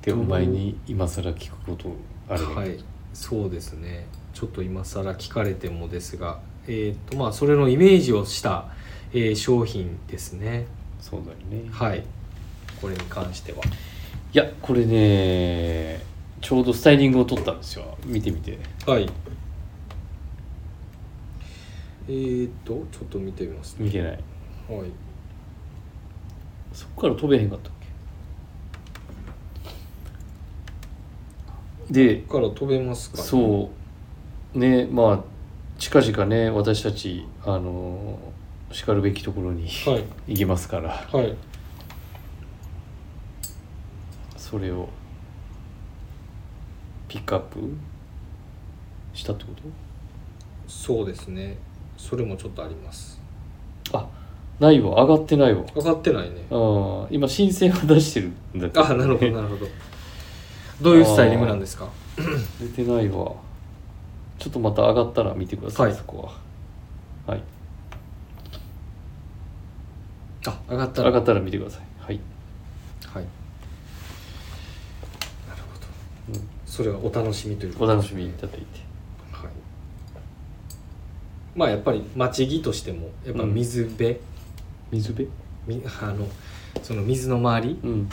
B: てお前に今更聞くことあれだ
A: ー
B: けど
A: はいそうですねちょっと今更聞かれてもですがえっ、とまあそれのイメージをした、えー商品ですね
B: そうだよね、い、
A: はいこれに関しては
B: やこれねちょうどスタイリングを撮ったんですよ見てみて
A: はいえー、とちょっと見てみます
B: 見
A: ね
B: てない
A: はい
B: そこから飛べへんかったっけで
A: ここから飛べますか、ね、
B: そうねまあ近々ね私たちあのしかるべきところに
A: はい
B: 行きますから
A: はい
B: それをピックアップしたってこ
A: そうですねそれもちょっとあります
B: とあないわ上がってないわ
A: 上がってないね
B: ああ今申請は出してるんだけ
A: あなるほどなるほどどういうスタイリングなんですか
B: 出てないわちょっとまた上がったら見てください、
A: はい
B: そこははい
A: あ上がったら
B: 上がったら見てくださいはい
A: はいなるほどそれはお楽しみという
B: お
A: ことで
B: 楽しみいただいて
A: はいまあやっぱり待ち着としてもやっぱ水辺、
B: 水辺
A: みあのその水の周り
B: うん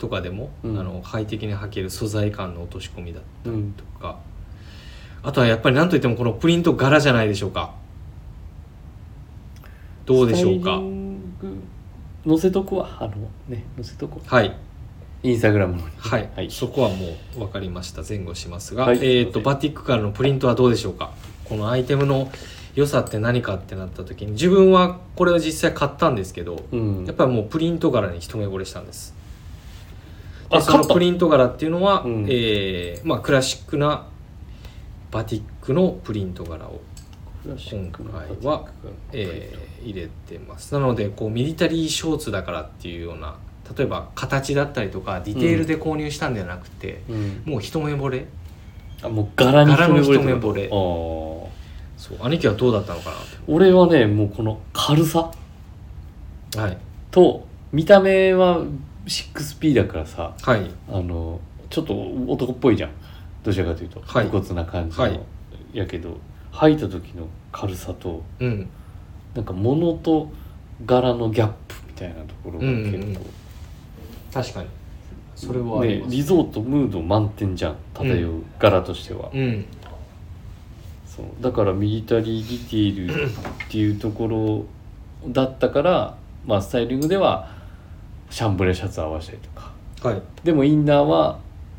A: とかでも、
B: うん
A: あの快適に履ける素材感の落とし込みだ
B: うん
A: とかあとはやっぱり何といってもこのプリント柄じゃないでしょうかどうでしょう
B: スタイ
A: か
B: リング載せとくわあのね載せとこ
A: はい
B: インスタグラムの方に
A: はい、
B: はい、
A: そこはもう分かりました前後しますが、
B: はい
A: えー、とバティックからのプリントはどうでしょうかこのアイテムの良さって何かってなった時に自分はこれを実際買ったんですけど
B: うん、
A: やっぱりもうプリント柄に一目惚れしたんです
B: あ
A: でそ
B: 勝
A: の
B: った
A: プリント柄っていうのは、
B: うん
A: えーまあ、クラシックなバティックのプリント柄を、今回はえー入れてますなのでこうミリタリーショーツだからっていうような例えば形だったりとかディテールで購入したんではなくて、
B: うん、
A: もう一目惚れ
B: あもう柄に
A: 柄の一
B: て
A: 目
B: こと
A: 惚れ
B: あ
A: そう兄貴はどうだったのかな
B: あ俺はねもうこの軽さ
A: とはい
B: と見た目は 6P だからさ
A: はい
B: あのちょっと男っぽいじゃんどちらかというと
A: はい
B: 武骨な感じの、
A: はい
B: やけど履いた時の軽さと
A: うん
B: なんか物と柄のギャップみたいなところが結構、
A: うんうんうん確かにそれはあり
B: ね
A: ま、す
B: リゾートムード満点じゃん漂う柄としては、
A: うん
B: そうだからミリタリーディテールっていうところだったから、まあ、スタイリングではシャンブレーシャツ合わせたりとか
A: はい
B: でもインナーは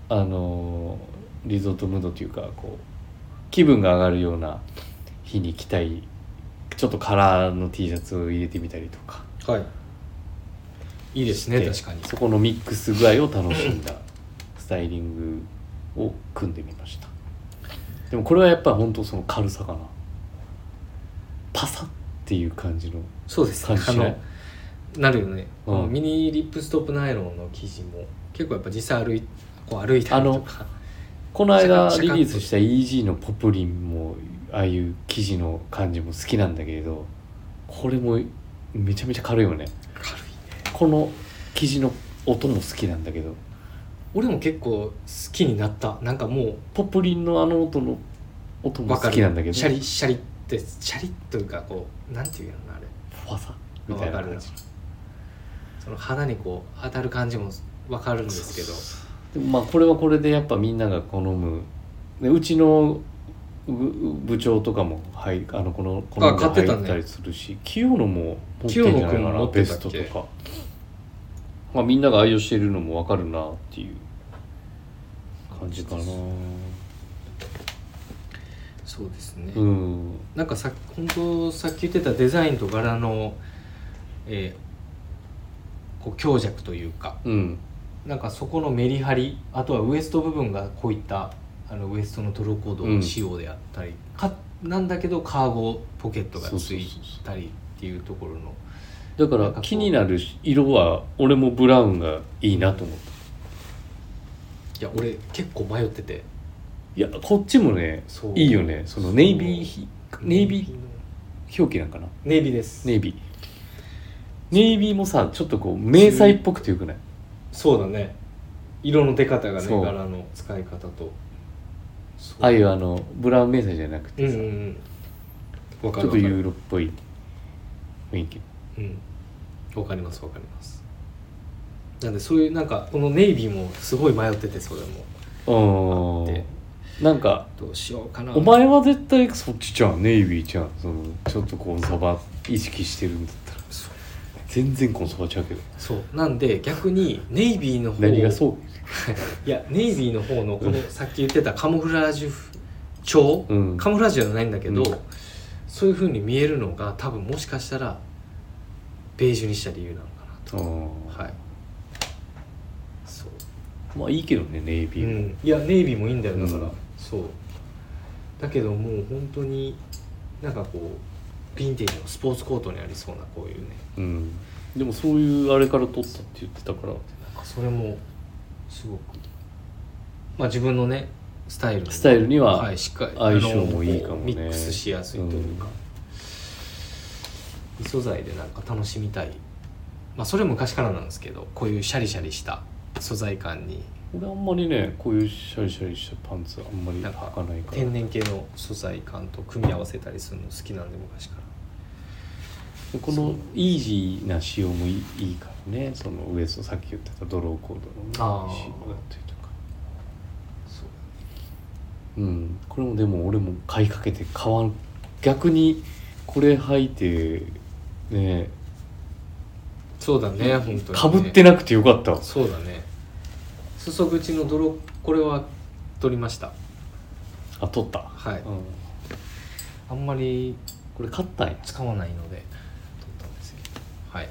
B: あのーリゾートムードというかこう気分が上がるような日に着たいちょっとカラーの T シャツを入れてみたりとか
A: はいいいですね
B: で
A: 確かに
B: そこのミックス具合を楽しんだスタイリングを組んでみましたでもこれはやっぱ本当その軽さかなパサっていう感じの
A: そうです
B: 感
A: ね
B: じ
A: あ
B: しない
A: のなるよね、
B: うん
A: ミニリップストップナイロンの生地も結構やっぱ実際歩いこう歩いたりとか
B: この間
A: シャカシ
B: リ
A: ャカっと
B: リースした EG のポプリンもああいう生地の感じも好きなんだけれどこれもめちゃめちゃ軽いよね
A: 軽い
B: この生地の音も好きなんだけど
A: 俺も結構好きになったなんかも
B: ポプリンのあの音の音
A: う
B: も
A: わ
B: 好
A: かる
B: きなんだけど
A: シャリシャリってシャリというかこうなんていうのかなあれ
B: ファサみたいな
A: わかる
B: 感
A: な
B: じ
A: その肌にこう当たる感じもわかるんですけど
B: でもまあこれはこれでやっぱみんなが好むでうちのう部長とかも、はい、あのこのこの
A: あ買ってたね
B: 入ったりするし清野も持ってんじゃない
A: 清野
B: か
A: 君
B: な
A: も持って
B: ベ
A: た
B: ス
A: っけ
B: トとか、まあ、みんなが愛用しているのも分かるなっていう感じかな
A: そうですね、
B: うん
A: なんかさ本当さっき言ってたデザインと柄の、えーこう強弱というか
B: うん
A: なんかそこのメリハリあとはウエスト部分がこういったあのウエストのトロコード仕様であったり、かなんだけどカーゴポケットがついたりっていうところの
B: だか
A: なん
B: ら
A: かこう
B: 気になる色は俺もブラウンがいいなと思っ
A: いや俺結構迷ってて
B: いやこっちもね
A: そう
B: いいよねそのネイビーひネイビ
A: の
B: ー表記なんかな
A: ネイビーです、
B: ネイビーネイビーもさちょっとこう迷彩っぽくてよくない
A: そうだね色の出方がね
B: そう
A: 柄の使い方とそう
B: ああいうあのブラウン迷彩じゃなく
A: うん
B: て
A: うん
B: さ、
A: うんわか
B: ちょ
A: るわ
B: っと
A: か
B: ユ
A: る
B: ーロっぽい雰囲気
A: うんわかりますわかりますなんでそういうなんかこのネイビーもすごい迷っててそれも
B: うん
A: で
B: なんか
A: どうしようかな
B: お前は絶対そっちじゃんネイビーじゃんそのちょっとコンサバ意識してるんだったら
A: そう
B: 全然コンサバちゃうけど
A: そうなんで逆にネイビーの方
B: 何がそう
A: いやネイビーの方のこのさっき言ってたカモフラージュ調、
B: うん
A: カモフラージュじゃないんだけど、
B: うん
A: そういうふうに見えるのが多分もしかしたらベージュにした理由なのかなと、
B: うん
A: はいそう
B: まあいいけどねネイビーも、
A: うん、いやネイビーもいいんだよだから、
B: うん
A: そうだけどもう本当になんかこうヴィンテージのスポーツコートにありそうなこういうね
B: うん、でもそういうあれから撮ったって言ってたから
A: なんかそれもすごくまあ自分のねスタイルに
B: スタイルには
A: はい、しっかり
B: 相性もいいかも
A: あの
B: ね
A: ミックスしやすいというか、異素材でなんか楽しみたいまあそれ昔からなんですけどこういうシャリシャリした素材感に
B: 俺あんまりねこういうシャリシャリしたパンツあんまり
A: なん
B: 履
A: か
B: かないから
A: 天然系の素材感と組み合わせたりするの好きなんで昔から
B: このイージーな仕様もいいいいからねそのウエストさっき言ってたドローコードの
A: あ
B: ね
A: ー
B: 仕様だったりとか
A: そう
B: うんこれもでも俺も買いかけて買わん逆にこれ履いてね
A: そうだね本当に
B: か
A: ね
B: ぶってなくてよかったわ
A: そうだね裾口の泥これは取りました
B: あ取った、
A: はい
B: うん、
A: あんまり
B: これ買ったんや
A: 使わないので取ったんですけどはい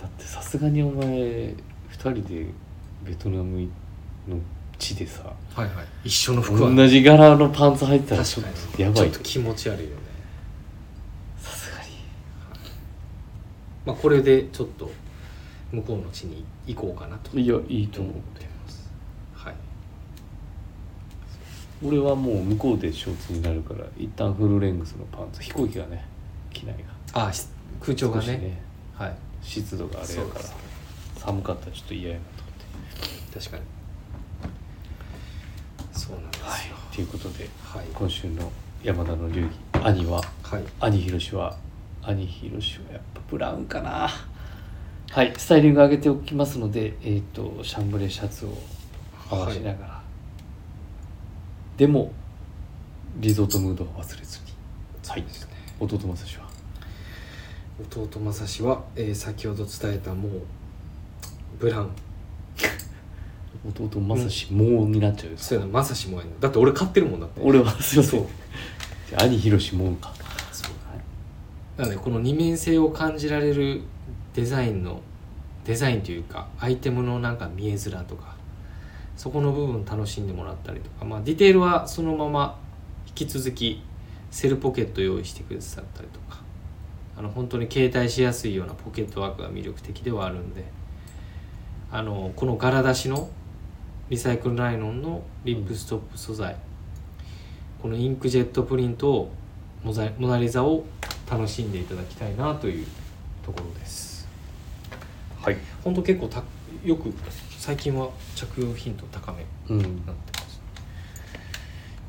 B: だってさすがにお前2人でベトナムの地でさ
A: はいはい一緒の服は
B: 同じ柄のパンツ履いてたらちょ
A: 確
B: っ
A: か
B: と
A: に
B: やばい
A: ちょっと気持ち悪いよね
B: さすがに
A: まあこれでちょっと向こうの地に行こうかなと
B: いやいいと
A: 思
B: 思
A: っ
B: う
A: てますはい
B: 俺はもう向こうでショーツになるから一旦フルレングスのパンツ飛行機がね機内が
A: あし空調が
B: 少し
A: ねはい
B: 湿度があれや
A: そう
B: か
A: で
B: ら
A: すね
B: 寒かったらちょっと嫌やなと思って
A: 確かにそうなんですよ
B: はいということで
A: はい
B: 今週の山田の流儀兄は
A: はい
B: 兄ひろしは兄ひろしはやっぱブラウンかなはいスタイリング上げておきますのでえっ、とシャンブレシャツを合わせながら、でもリゾートムードは忘れずにはい
A: すね
B: 弟正志は
A: 弟正志は、えー先ほど伝えたもうブラウン
B: 弟正志もうになっちゃうよ、
A: そういうの正志もやねだって俺買ってるもんだって
B: 俺はすいません
A: そう
B: じゃあ兄ひろしもんか
A: そうなのでこの二面性を感じられるデザインのデザインというかアイテムのなんか見えづらとかそこの部分楽しんでもらったりとか、まあ、ディテールはそのまま引き続きセルポケット用意してくださったりとかあの本当に携帯しやすいようなポケットワークが魅力的ではあるんであのこの柄出しのリサイクルナイロンのリップストップ素材、このインクジェットプリントをモザモナ・リザを楽しんでいただきたいなというところです
B: はい
A: 本当結構たよく最近は着用頻度高めに
B: うん
A: なってますよ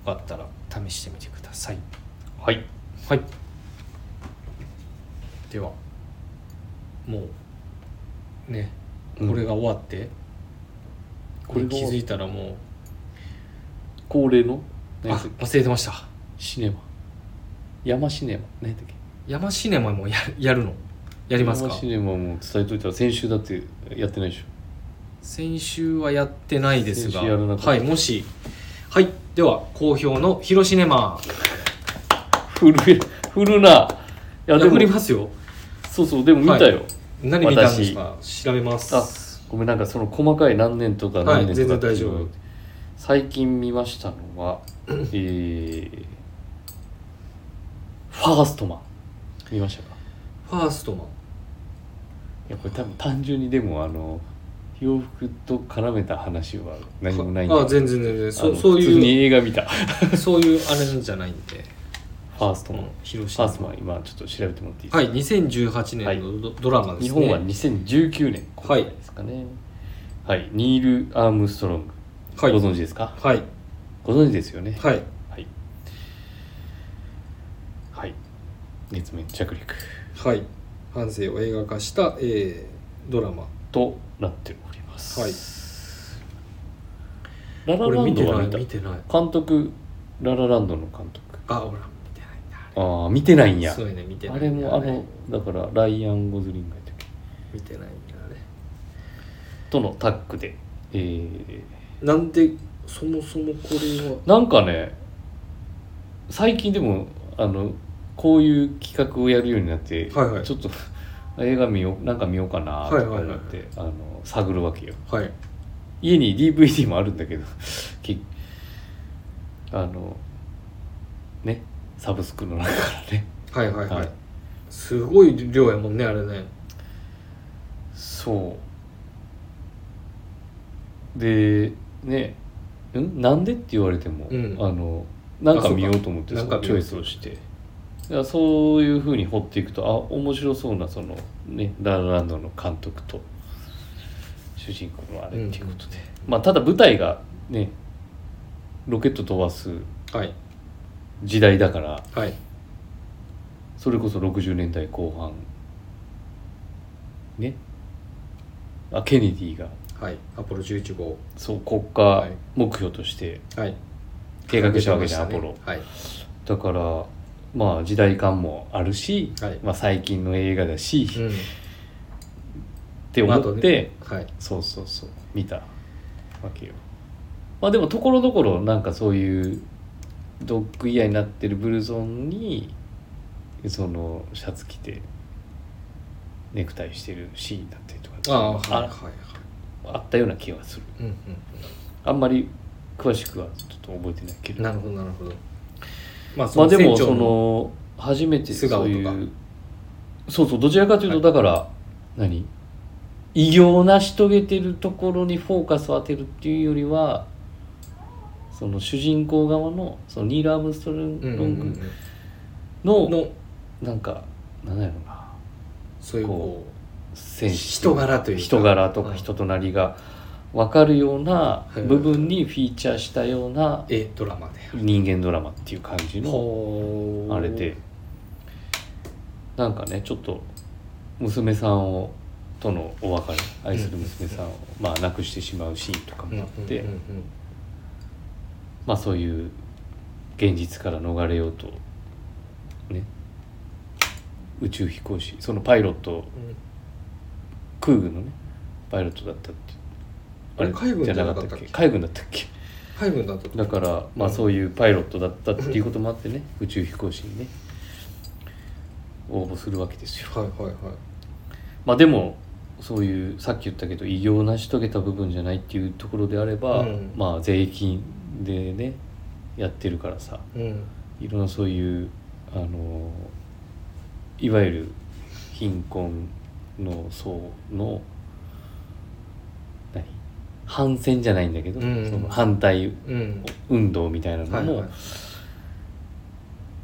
A: かったら試してみてください
B: はい
A: はいではもうね
B: うん
A: これが終わって、こ
B: これ
A: れ
B: が
A: 気づいたらも
B: 恒例の
A: う
B: 何や
A: あ
B: ったっけ
A: 忘れてました
B: シネマ山シネマ何やったっけ
A: 山シネマもややるのやりますか
B: 山シネマも伝えといたら先週だってやってないでしょ
A: 先週はやってないですが
B: 先週やらなかった
A: はいもしはいでは好評の広シネマ
B: 振る振るない
A: や
B: やでも
A: りますよ
B: そうそうでも見たよ、
A: 何見たんですか調べます
B: あごめんなんかその細かい何年とか
A: はい
B: 何年とかってい
A: 全然
B: うの
A: 大丈夫
B: 最近見ましたの はえー、ファーストマン見ましたか
A: ファーストマン
B: いやこれ多分単純にでもあの洋服と絡めた話は何もないんだ
A: あ全然全然
B: あ
A: そ
B: の
A: うそう
B: 普通
A: い
B: に映画見たフ
A: う そういうあれじゃないんで
B: ァース
A: こ
B: トマン
A: の
B: フ
A: 広
B: ァ
A: 島
B: ーストマン今ちょっと調べてもらっていいです
A: は
B: か、
A: い2018年のド,、ドラマですね
B: 日本は2019年公開ですかねはい、ニール・アームストロング、
A: はい
B: ご存知ですか
A: はい
B: ご存知ですよね
A: はい
B: はいはい月面着陸
A: はい反省を映画化した、えードラマ
B: となっております
A: はい
B: ララ
A: 俺
B: ラン
A: 見て
B: ドは
A: ない
B: 見た
A: 見てない
B: 監督ララランドの監督
A: あ俺は見てないんだあ
B: ああ見てないん
A: れ
B: や
A: そういうね見てない
B: あれもあのだからライアン・ゴズリングやったっけ
A: 見てないんだあれ
B: とのタッグで、えー、
A: なんでそもそもこれは
B: なんかね最近でもあのこういう企画をやるようになって、
A: はいはい
B: ちょっと映画見ようなんか見ようかなとか
A: はいはいは
B: ないって、あの探るわけよ
A: はい
B: 家に DVD もあるんだけどきあのねサブスクの中からね、
A: はいはいはい、
B: はい
A: すごい量やもんねあれね
B: そうでねんなんでって言われても、
A: うん
B: あのなんか見ようと思って
A: あそ
B: そう
A: か
B: うチョイスをしてだからそういうふうに掘っていくとあ面白そうなそのねララランドの監督と主人公のあれっていうことで、まあただ舞台がねロケット飛ばす
A: はい
B: 時代だから
A: はい
B: それこそ60年代後半ねあケネディが
A: はいアポロ11号
B: そう国
A: は
B: 家
A: い
B: 目標として
A: はい
B: 計画したわけじゃん、
A: 掲げ
B: アポ
A: て
B: ロ
A: ましたね
B: だからまあ時代感もあるし、
A: はいはい
B: まあ、最近の映画だし、っ
A: うん
B: て思って、
A: はい
B: そうそうそう見たわけよまあでもところどころなんかそういうドッグイヤーになってるブルゾンにそのシャツ着てネクタイしてるシーンだったりとか
A: ああはいはい
B: あ
A: はい
B: あったような気はする
A: うんうん
B: あんまり詳しくはちょっと覚えてないけ
A: うん
B: ど
A: なるほどなるほどまあ
B: まあでも
A: 船長
B: その初めて
A: 素顔
B: そ
A: と
B: う
A: か
B: いうそうそうどちらかというと
A: は
B: だから、何偉業を成し遂げてるところにフォーカスを当てるっていうよりはその主人公側のそのニール・アームストロン
A: うんうんうん
B: グ
A: う
B: の
A: んの
B: なんかなんやろな
A: そういうこ
B: こセンス
A: 人柄というか
B: 人柄と
A: う
B: か
A: ん
B: 人となりが分かるような
A: はい
B: 部分にフィーチャーしたような
A: うえドラマで
B: 人間ドラマっていう感じの
A: ほー
B: あれでなんかねちょっと娘さんをとのお別れ愛する娘さんを、まあ、亡くしてしまうシーンとか
A: うんう
B: も
A: ん
B: あっ
A: うんうん
B: て、まあ、そういう現実から逃れようとね宇宙飛行士そのパイロット
A: うん
B: 空軍のねパイロットだったって
A: あれ海軍じゃなかったっけ
B: じゃ海軍だったっけ
A: 海軍だったと
B: だから、まあ、
A: うん
B: そういうパイロットだったっていうこともあってね宇宙飛行士にね応募するわけですよ。
A: はいはいはい
B: まあでもそういうさっき言ったけど偉業を成し遂げた部分じゃないっていうところであれば、
A: うん
B: まあ税金でねやってるからさ
A: うん
B: いろんなそういうあのいわゆる貧困の層の何反戦じゃないんだけど、
A: うん
B: その反対
A: うん
B: 運動みたいな
A: は
B: の
A: い
B: も、
A: はい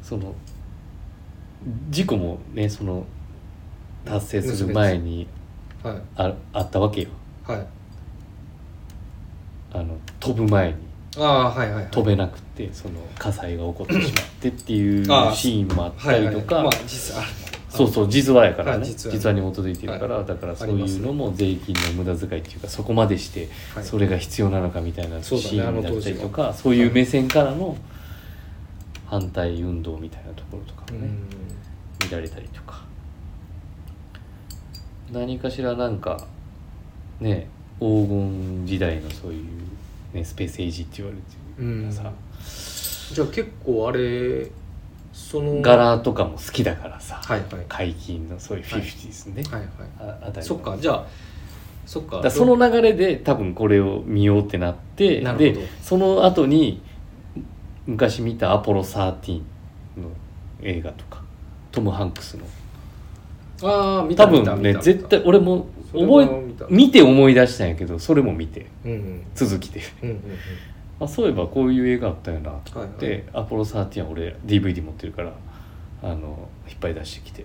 B: その事故もねその達成する前に
A: はい
B: ああったわけよ
A: はい
B: あの飛ぶ前に
A: ああはいはいはい
B: 飛べなくて、その火災が起こってしまってっていうシ
A: ああ
B: ーンもあっ
A: は
B: た
A: い
B: り
A: はい
B: とか、
A: まあ実際ある
B: そうそう実話やからね、
A: はい実
B: 実
A: 話
B: 話に基づいてるから、だからそう
A: あります
B: いう
A: ね
B: のも税金の無駄遣いっていうかそこまでして
A: はい
B: それが必要なのかみたいなシ
A: そうだね
B: ーンだったりとか、そう
A: 時はいいう
B: 目線からの反対運動みたいなところとか
A: う
B: もね、
A: ん
B: 見られたりとか何かしらなんかね黄金時代のそういう、ね、スペースエイジって言われてるようなさ、
A: じゃあ結構あれその
B: 柄とかも好きだからさ、
A: はいはい
B: 解禁のそういう
A: はい
B: 50s ね、
A: はいはい
B: ああたり
A: そっかじゃあそっか
B: だからその流れで多分これを見ようってなって
A: なるほど
B: でその後に昔見た「アポロ13」の映画とかトム・ハンクスの
A: ああ見た
B: 多
A: 見た
B: 分
A: 見
B: ね
A: た
B: 絶対俺もそれは
A: 覚えた
B: 見て思い出したんやけどそれも見て
A: うんうん
B: 続きで
A: うんうん
B: あそういえばこういう映画あったよな
A: う
B: と
A: んはいはい
B: でアポロ13俺 DVD 持ってるからあの引っ張り出してきて、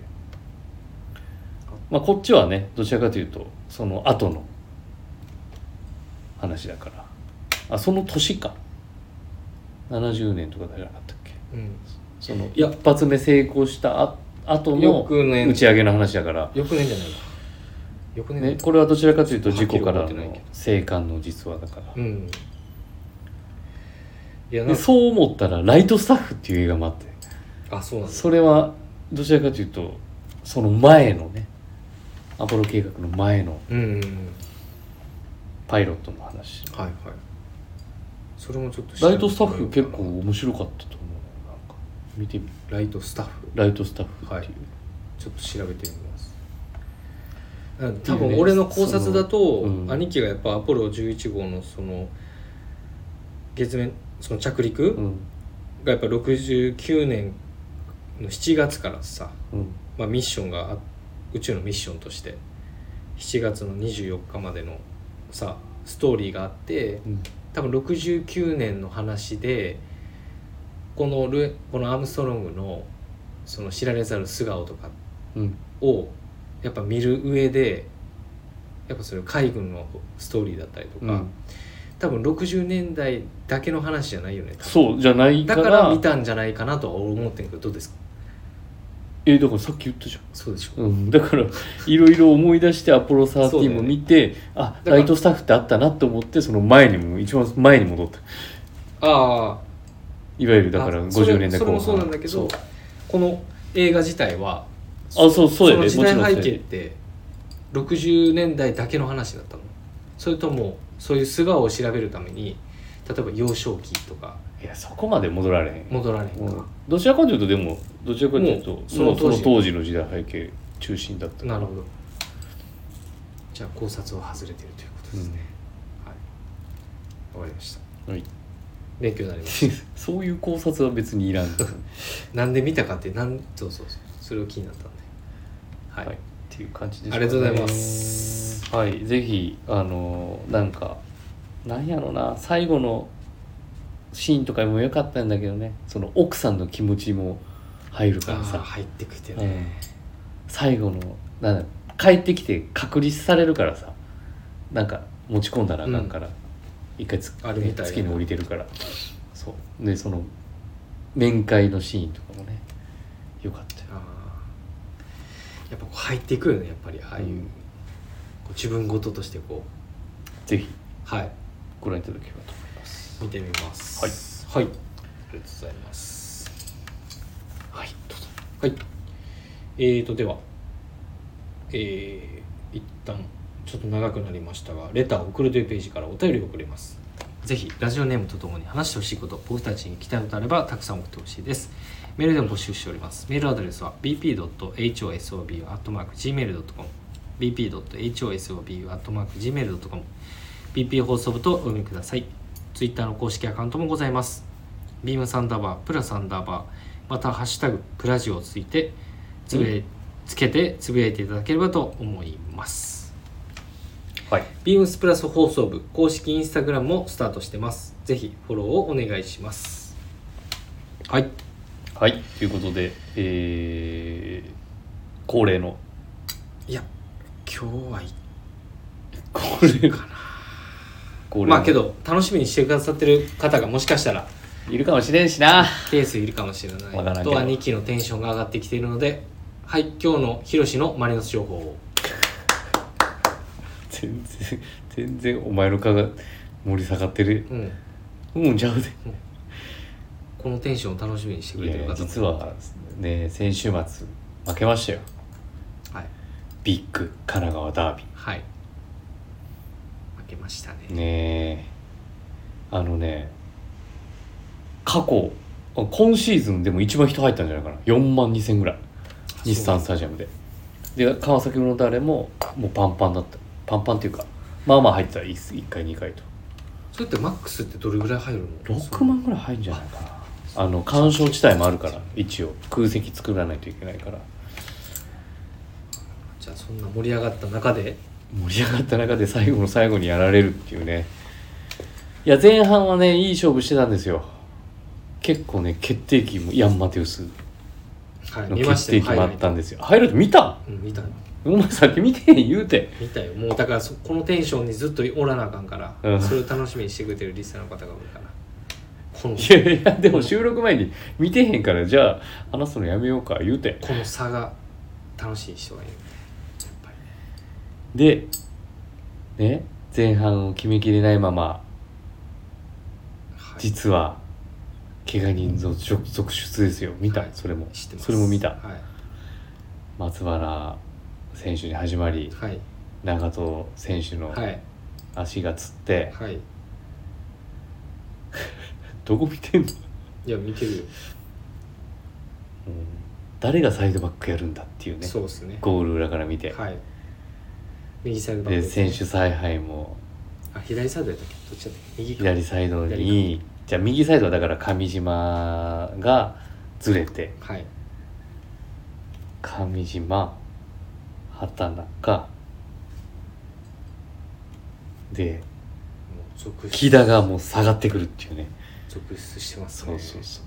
B: まあ、こっちはねどちらかというとその後の話だからあその年か70年とかじゃなかったっけ
A: うん
B: その一発目成功したあ後の
A: 翌年
B: 打ち上げの話だから、
A: 翌年じゃないか翌年
B: ね、これはどちらかというと
A: はっきり
B: 事故から
A: 覚えてない
B: の
A: けど
B: 生還の実話だから
A: う、んいやな
B: で
A: んか
B: そう思ったら「ライトスタッフ」っていう映画もあって
A: あそうなんだ
B: それはどちらかというとその前のねアポロ計画の前の
A: うんうんうん
B: パイロットの話
A: はいはいそれもちょっと調べ
B: ラ
A: て
B: イトスタッ
A: みよ
B: フ
A: うかな
B: 結構面白かったと思うなんか見てみる
A: ライトスタッフ
B: ライトスタッフっていう、
A: はいちょっと調べてみます多分俺の考察だと、
B: そのうん
A: 兄貴がやっぱアポロ11号のその月面その着陸
B: うん
A: がやっぱ69年の7月からさ、
B: うん
A: まあ、ミッションがあ宇宙のミッションとして7月の24日までのさストーリーがあって
B: うん
A: 多分69年の話でこのルこのアームストロングのその知られざる素顔とか
B: うん
A: をやっぱ見る上でやっぱそれ海軍のストーリーだったりとか、
B: うん
A: 多分60年代だけの話じゃないよね
B: そうじゃないか
A: だからら見たんじゃないかなとは思ってんけどどうですか
B: えだからさっき言ったじゃん
A: そうでしょ
B: うん、だからいろいろ思い出してアポロ
A: そうだよ
B: 13
A: ね
B: も見て、あ
A: から
B: ライトスタッフってあったなと思ってその前にも一番前に戻った
A: あ
B: いわゆる
A: あ
B: だから
A: あそれ
B: 50年代
A: そ
B: 後
A: れ
B: 半
A: もそうなんだけ
B: そう
A: どこの映画自体は
B: あそうそうや
A: の
B: ね
A: 時代
B: もちろんそうや
A: 背景って60年代だけの話だったのそれともそういう素顔を調べるために例えば幼少期とか
B: いやそこまで戻られへん、
A: 戻られへんか、
B: うんどちらかというとでもどちらかというと
A: も
B: も
A: う
B: う
A: そ
B: そ
A: の
B: の
A: 当時
B: 当時の時代背景中心だった
A: なるほどじゃあ考察は外れてるということですね、はいわかりました
B: はい
A: 勉強になりま し
B: そういう考察は別にいらん
A: たなんで見たかってなんそうそうそうそれを気になったんではい、
B: はいっていう感じです
A: ありがとうございます
B: はいぜひあのなんかなんやろな最後のシーンとかも良かったんだけどねその奥さんの気持ちも入る
A: あ
B: から
A: ー
B: さ、
A: 入ってきて
B: う
A: ね、
B: ん最後のなんだ帰ってきて隔離されるからさなんか持ち込んだらあかんから、一回つ、
A: あれみたいな
B: 月に降りてるからそうでその面会のシーンとかもねよかったよ
A: あーやっぱこう入っていくよねやっぱりああいう,、
B: うん
A: こう自分事としてこう
B: ぜひ
A: はい
B: ご覧いただければと思います
A: 見てみますはい、はい、ありがとうございます
B: はいどうぞ
A: はい。えーと、では、えー、一旦、ちょっと長くなりましたが、レターを送るというページからお便りを送れます。ぜひ、ラジオネームとともに話してほしいこと、僕たちに聞きたいことあれば、たくさん送ってほしいです。メールでも募集しております。メールアドレスは bp.hosobu.gmail.com bp.hosobu.gmail.com bp 放送部とお読みください。ツイッターの公式アカウントもございます。ビームサンダーバー、プラサンダーバー、またハッシュタグプラジオをついてつぶやいつけてつぶやいていただければと思います。
B: はい
A: ビームスプラス放送部公式インスタグラムもスタートしてます。ぜひフォローをお願いします。はい。
B: はいということでえー、恒例の
A: いや、今日はいい
B: 恒例
A: か
B: 恒例の
A: まあけど、楽しみにしてくださってる方がもしか したら
B: いるかもしれんしな
A: 定数いるかもしれない。
B: わからんけど
A: とは2期のテンションが上がってきているので、はい、今日のヒロシのマリノス情報を。
B: 全然全然お前の顔が盛り下がってる
A: うん。
B: うんちゃうで
A: このテンションを楽しみにしてくれてる
B: い
A: 方
B: や
A: も
B: 実はね先週末負けましたよ
A: はい。
B: ビッグ神奈川ダービ
A: はい。負けましたね。
B: ーねえあのね過去あ今シーズンでも一番人入ったんじゃないかな4万2000ぐらい日産スタジアムでで川崎の誰ももうパンパンだったパンパンっていうかまあまあ入ってた 1, 回2回と
A: そうやってマックスってどれぐらい入るの
B: 6万ぐらい入るんじゃないかなあの干渉地帯もあるから一応空席作らないといけないから
A: じゃあそんな盛り上がった中で
B: 盛り上がった中で最後の最後にやられるっていうねいや前半はねいい勝負してたんですよ結構ね決定機もヤン・マテウス
A: はい、
B: の
A: 見まし
B: 決
A: た
B: 定
A: よハ
B: 機もあ
A: イラ
B: っ
A: イ
B: た
A: ト
B: んですよハイライト見た
A: うん、見た
B: お前さっき見てへん言 うて
A: 見たよもうだからそこのテンションにずっとおらなあかんから、
B: うん
A: それを楽しみにしてくれてるリスナーの方がおるからこの
B: いやいやでも収録前に 見てへんからじゃあ話すのやめようか言うて
A: この差が楽しい人がいるやっぱりね
B: でね前半を決めきれないまま
A: はい
B: 実は怪我人続続出ですよ見たそれも
A: 知ってます
B: それも見た
A: は
B: 松原選手に始まり
A: いはい
B: 長戸選手の
A: はい
B: 足がつって
A: はい
B: どこ見てんの、
A: いや見てるよ、
B: うん誰がサイドバックやるんだっていうね
A: そうですね
B: ゴール裏から見て、
A: はい右サイドバック
B: で
A: です
B: 選手采配も
A: あ左サイドやったっけどっちだったっけ右か
B: 左サイドにじゃあ右サイドはだから上島がずれて
A: はい
B: 上島畑中
A: も
B: で
A: う続出
B: 木田がもう下がってくるっていうね
A: 続出してます
B: そ
A: ね
B: うそうそう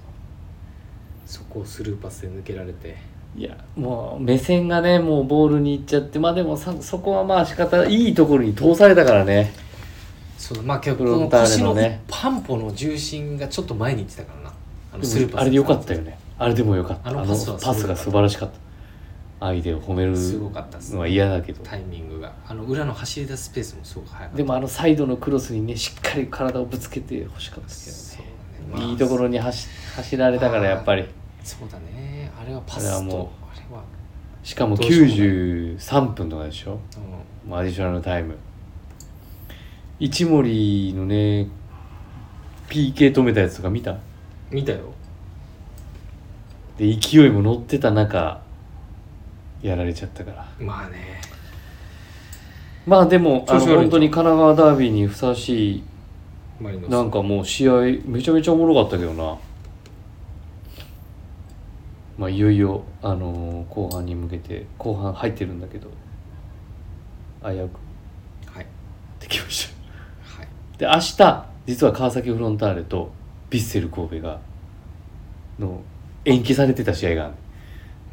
A: そこをスルーパスで抜けられて
B: いやもう目線がねもうボールに行っちゃってまあでもさそこはまあ仕方いいところに通されたからね
A: そうだまあけど
B: フロ
A: この
B: ンター
A: 腰
B: レの
A: の
B: ね
A: パンポの重心がちょっと前に行ってたからなあのスルーパス
B: あれでよかったよねあれでもよかった
A: あの
B: あ
A: パスは
B: のパスが
A: す
B: 素
A: ご
B: 晴らしかった相手を褒める
A: すごかったです
B: のは嫌だけど
A: タイミングがあの裏の走り出すペースもすごく速かった
B: でもあのサイドのクロスにねしっかり体をぶつけてほしかったです
A: そ
B: け
A: うだ
B: どね
A: ねまあ
B: いいところに走走られたからやっぱり
A: そうだねあれはパスとあ
B: あれ
A: れ
B: は
A: は
B: もしかも
A: どうしようもない
B: 93分とかでしょもうアディショナルタイム一森のね PK 止めたやつとか見た
A: うん、見たよ
B: で勢いも乗ってた中やられちゃったから
A: まあね
B: まあでもあ
A: 調
B: の
A: 子悪いじゃん
B: 本当に神奈川ダービーにふさわしい
A: マリノス
B: なんかもう試合めちゃめちゃおもろかったけどなまあいよいよあのー後半に向けて後半入ってるんだけど危うく
A: はい
B: できまし
A: はい
B: たで明日実は川崎フロンターレとヴィッセル神戸がの延期されてた試合が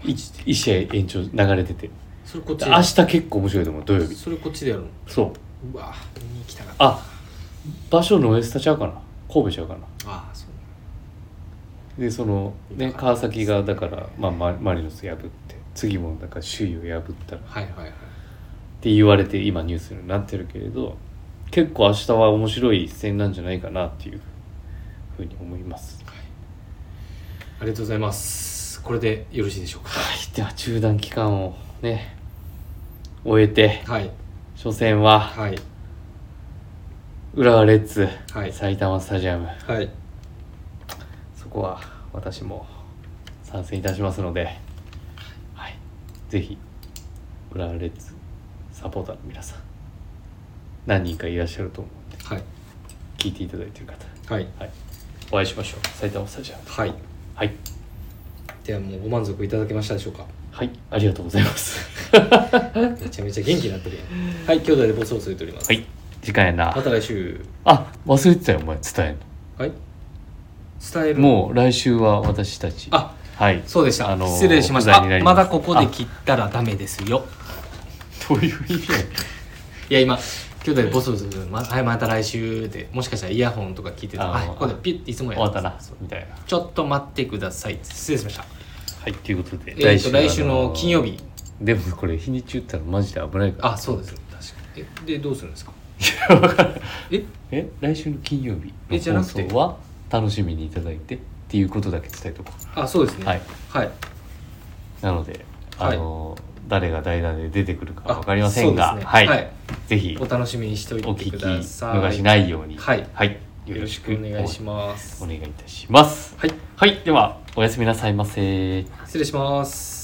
B: 1, 試合延長流れてて
A: それこっち
B: で
A: で
B: 明日結構面白いと思う土曜日
A: それこっちでやるの
B: そう
A: うわ見に行きたかった
B: あ場所ノエスタちゃうかな神戸ちゃうかな
A: ああそう
B: でその、ね、
A: あ
B: 川崎がだから、まあ、ママリノス破って次もだから首位を破ったらっ
A: はいはいはい
B: て言われて今ニュースになってるけれど結構明日は面白い一戦なんじゃないかなっていうふうに思います。
A: ありがとうございますこれでよろしいでしょうか
B: はい、では中断期間をね終えて
A: はい
B: 初戦は
A: はい
B: 浦和レッズ、
A: はい
B: 埼玉スタジアム
A: はい
B: そこは私も参戦いたしますので、はい、ぜひ浦和レッズサポーターの皆さん何人かいらっしゃると思うんで
A: はい
B: 聞いていただいている方、
A: はい
B: はい、お会いしましょう埼玉スタジアム
A: はい
B: はい、
A: ではもうご満足いただけましたでしょうか
B: はい、ありがとうございます
A: めちゃめちゃ元気になってるやんはい兄弟でボソボソ言っております、
B: はい時間や
A: ま
B: な
A: た来週
B: あ忘れてたよお前伝えん
A: はい伝える
B: のもう来週は私たち
A: あ
B: はい
A: そうでした、
B: あのー
A: 失礼しまし
B: お
A: た
B: 蔵になりま
A: ますだここで切ったらダメですよ
B: どういう意 味や
A: いや今兄弟でボソボソ言うまはいまた来週でもしかしたらイヤホンとか聞いてたら
B: あ
A: はい
B: ー
A: ここでピュッていつもや
B: 終わったな
A: そう
B: みたいな
A: ちょっと待ってください失礼しました
B: はいということで
A: えーと来週
B: あ
A: の
B: ー
A: 金曜日
B: でもこれ日にち言ったらマジで危ないから
A: あそうですね確かにえでどうするんですかえ
B: え来週の金曜日
A: えじゃ
B: の
A: な
B: 放
A: くて
B: 送は楽しみにいただいてっていうことだけ伝えとこ
A: あそうですね
B: はい、
A: はい、
B: うなので、
A: はい
B: あの誰が代打で出てくるか分かりません
A: あそ
B: が、
A: うですね
B: はい、
A: はい
B: ぜひ
A: お楽しみにしてお
B: お
A: いて
B: 聞き
A: ください
B: 逃しないように
A: はい
B: よ
A: よ
B: ろ
A: ろ
B: し
A: し
B: く
A: く
B: お
A: お
B: 願
A: 願
B: い
A: い
B: し
A: し
B: ま
A: ます
B: すお願いいたします
A: はい
B: はいではおやすみなさいませ
A: 失礼します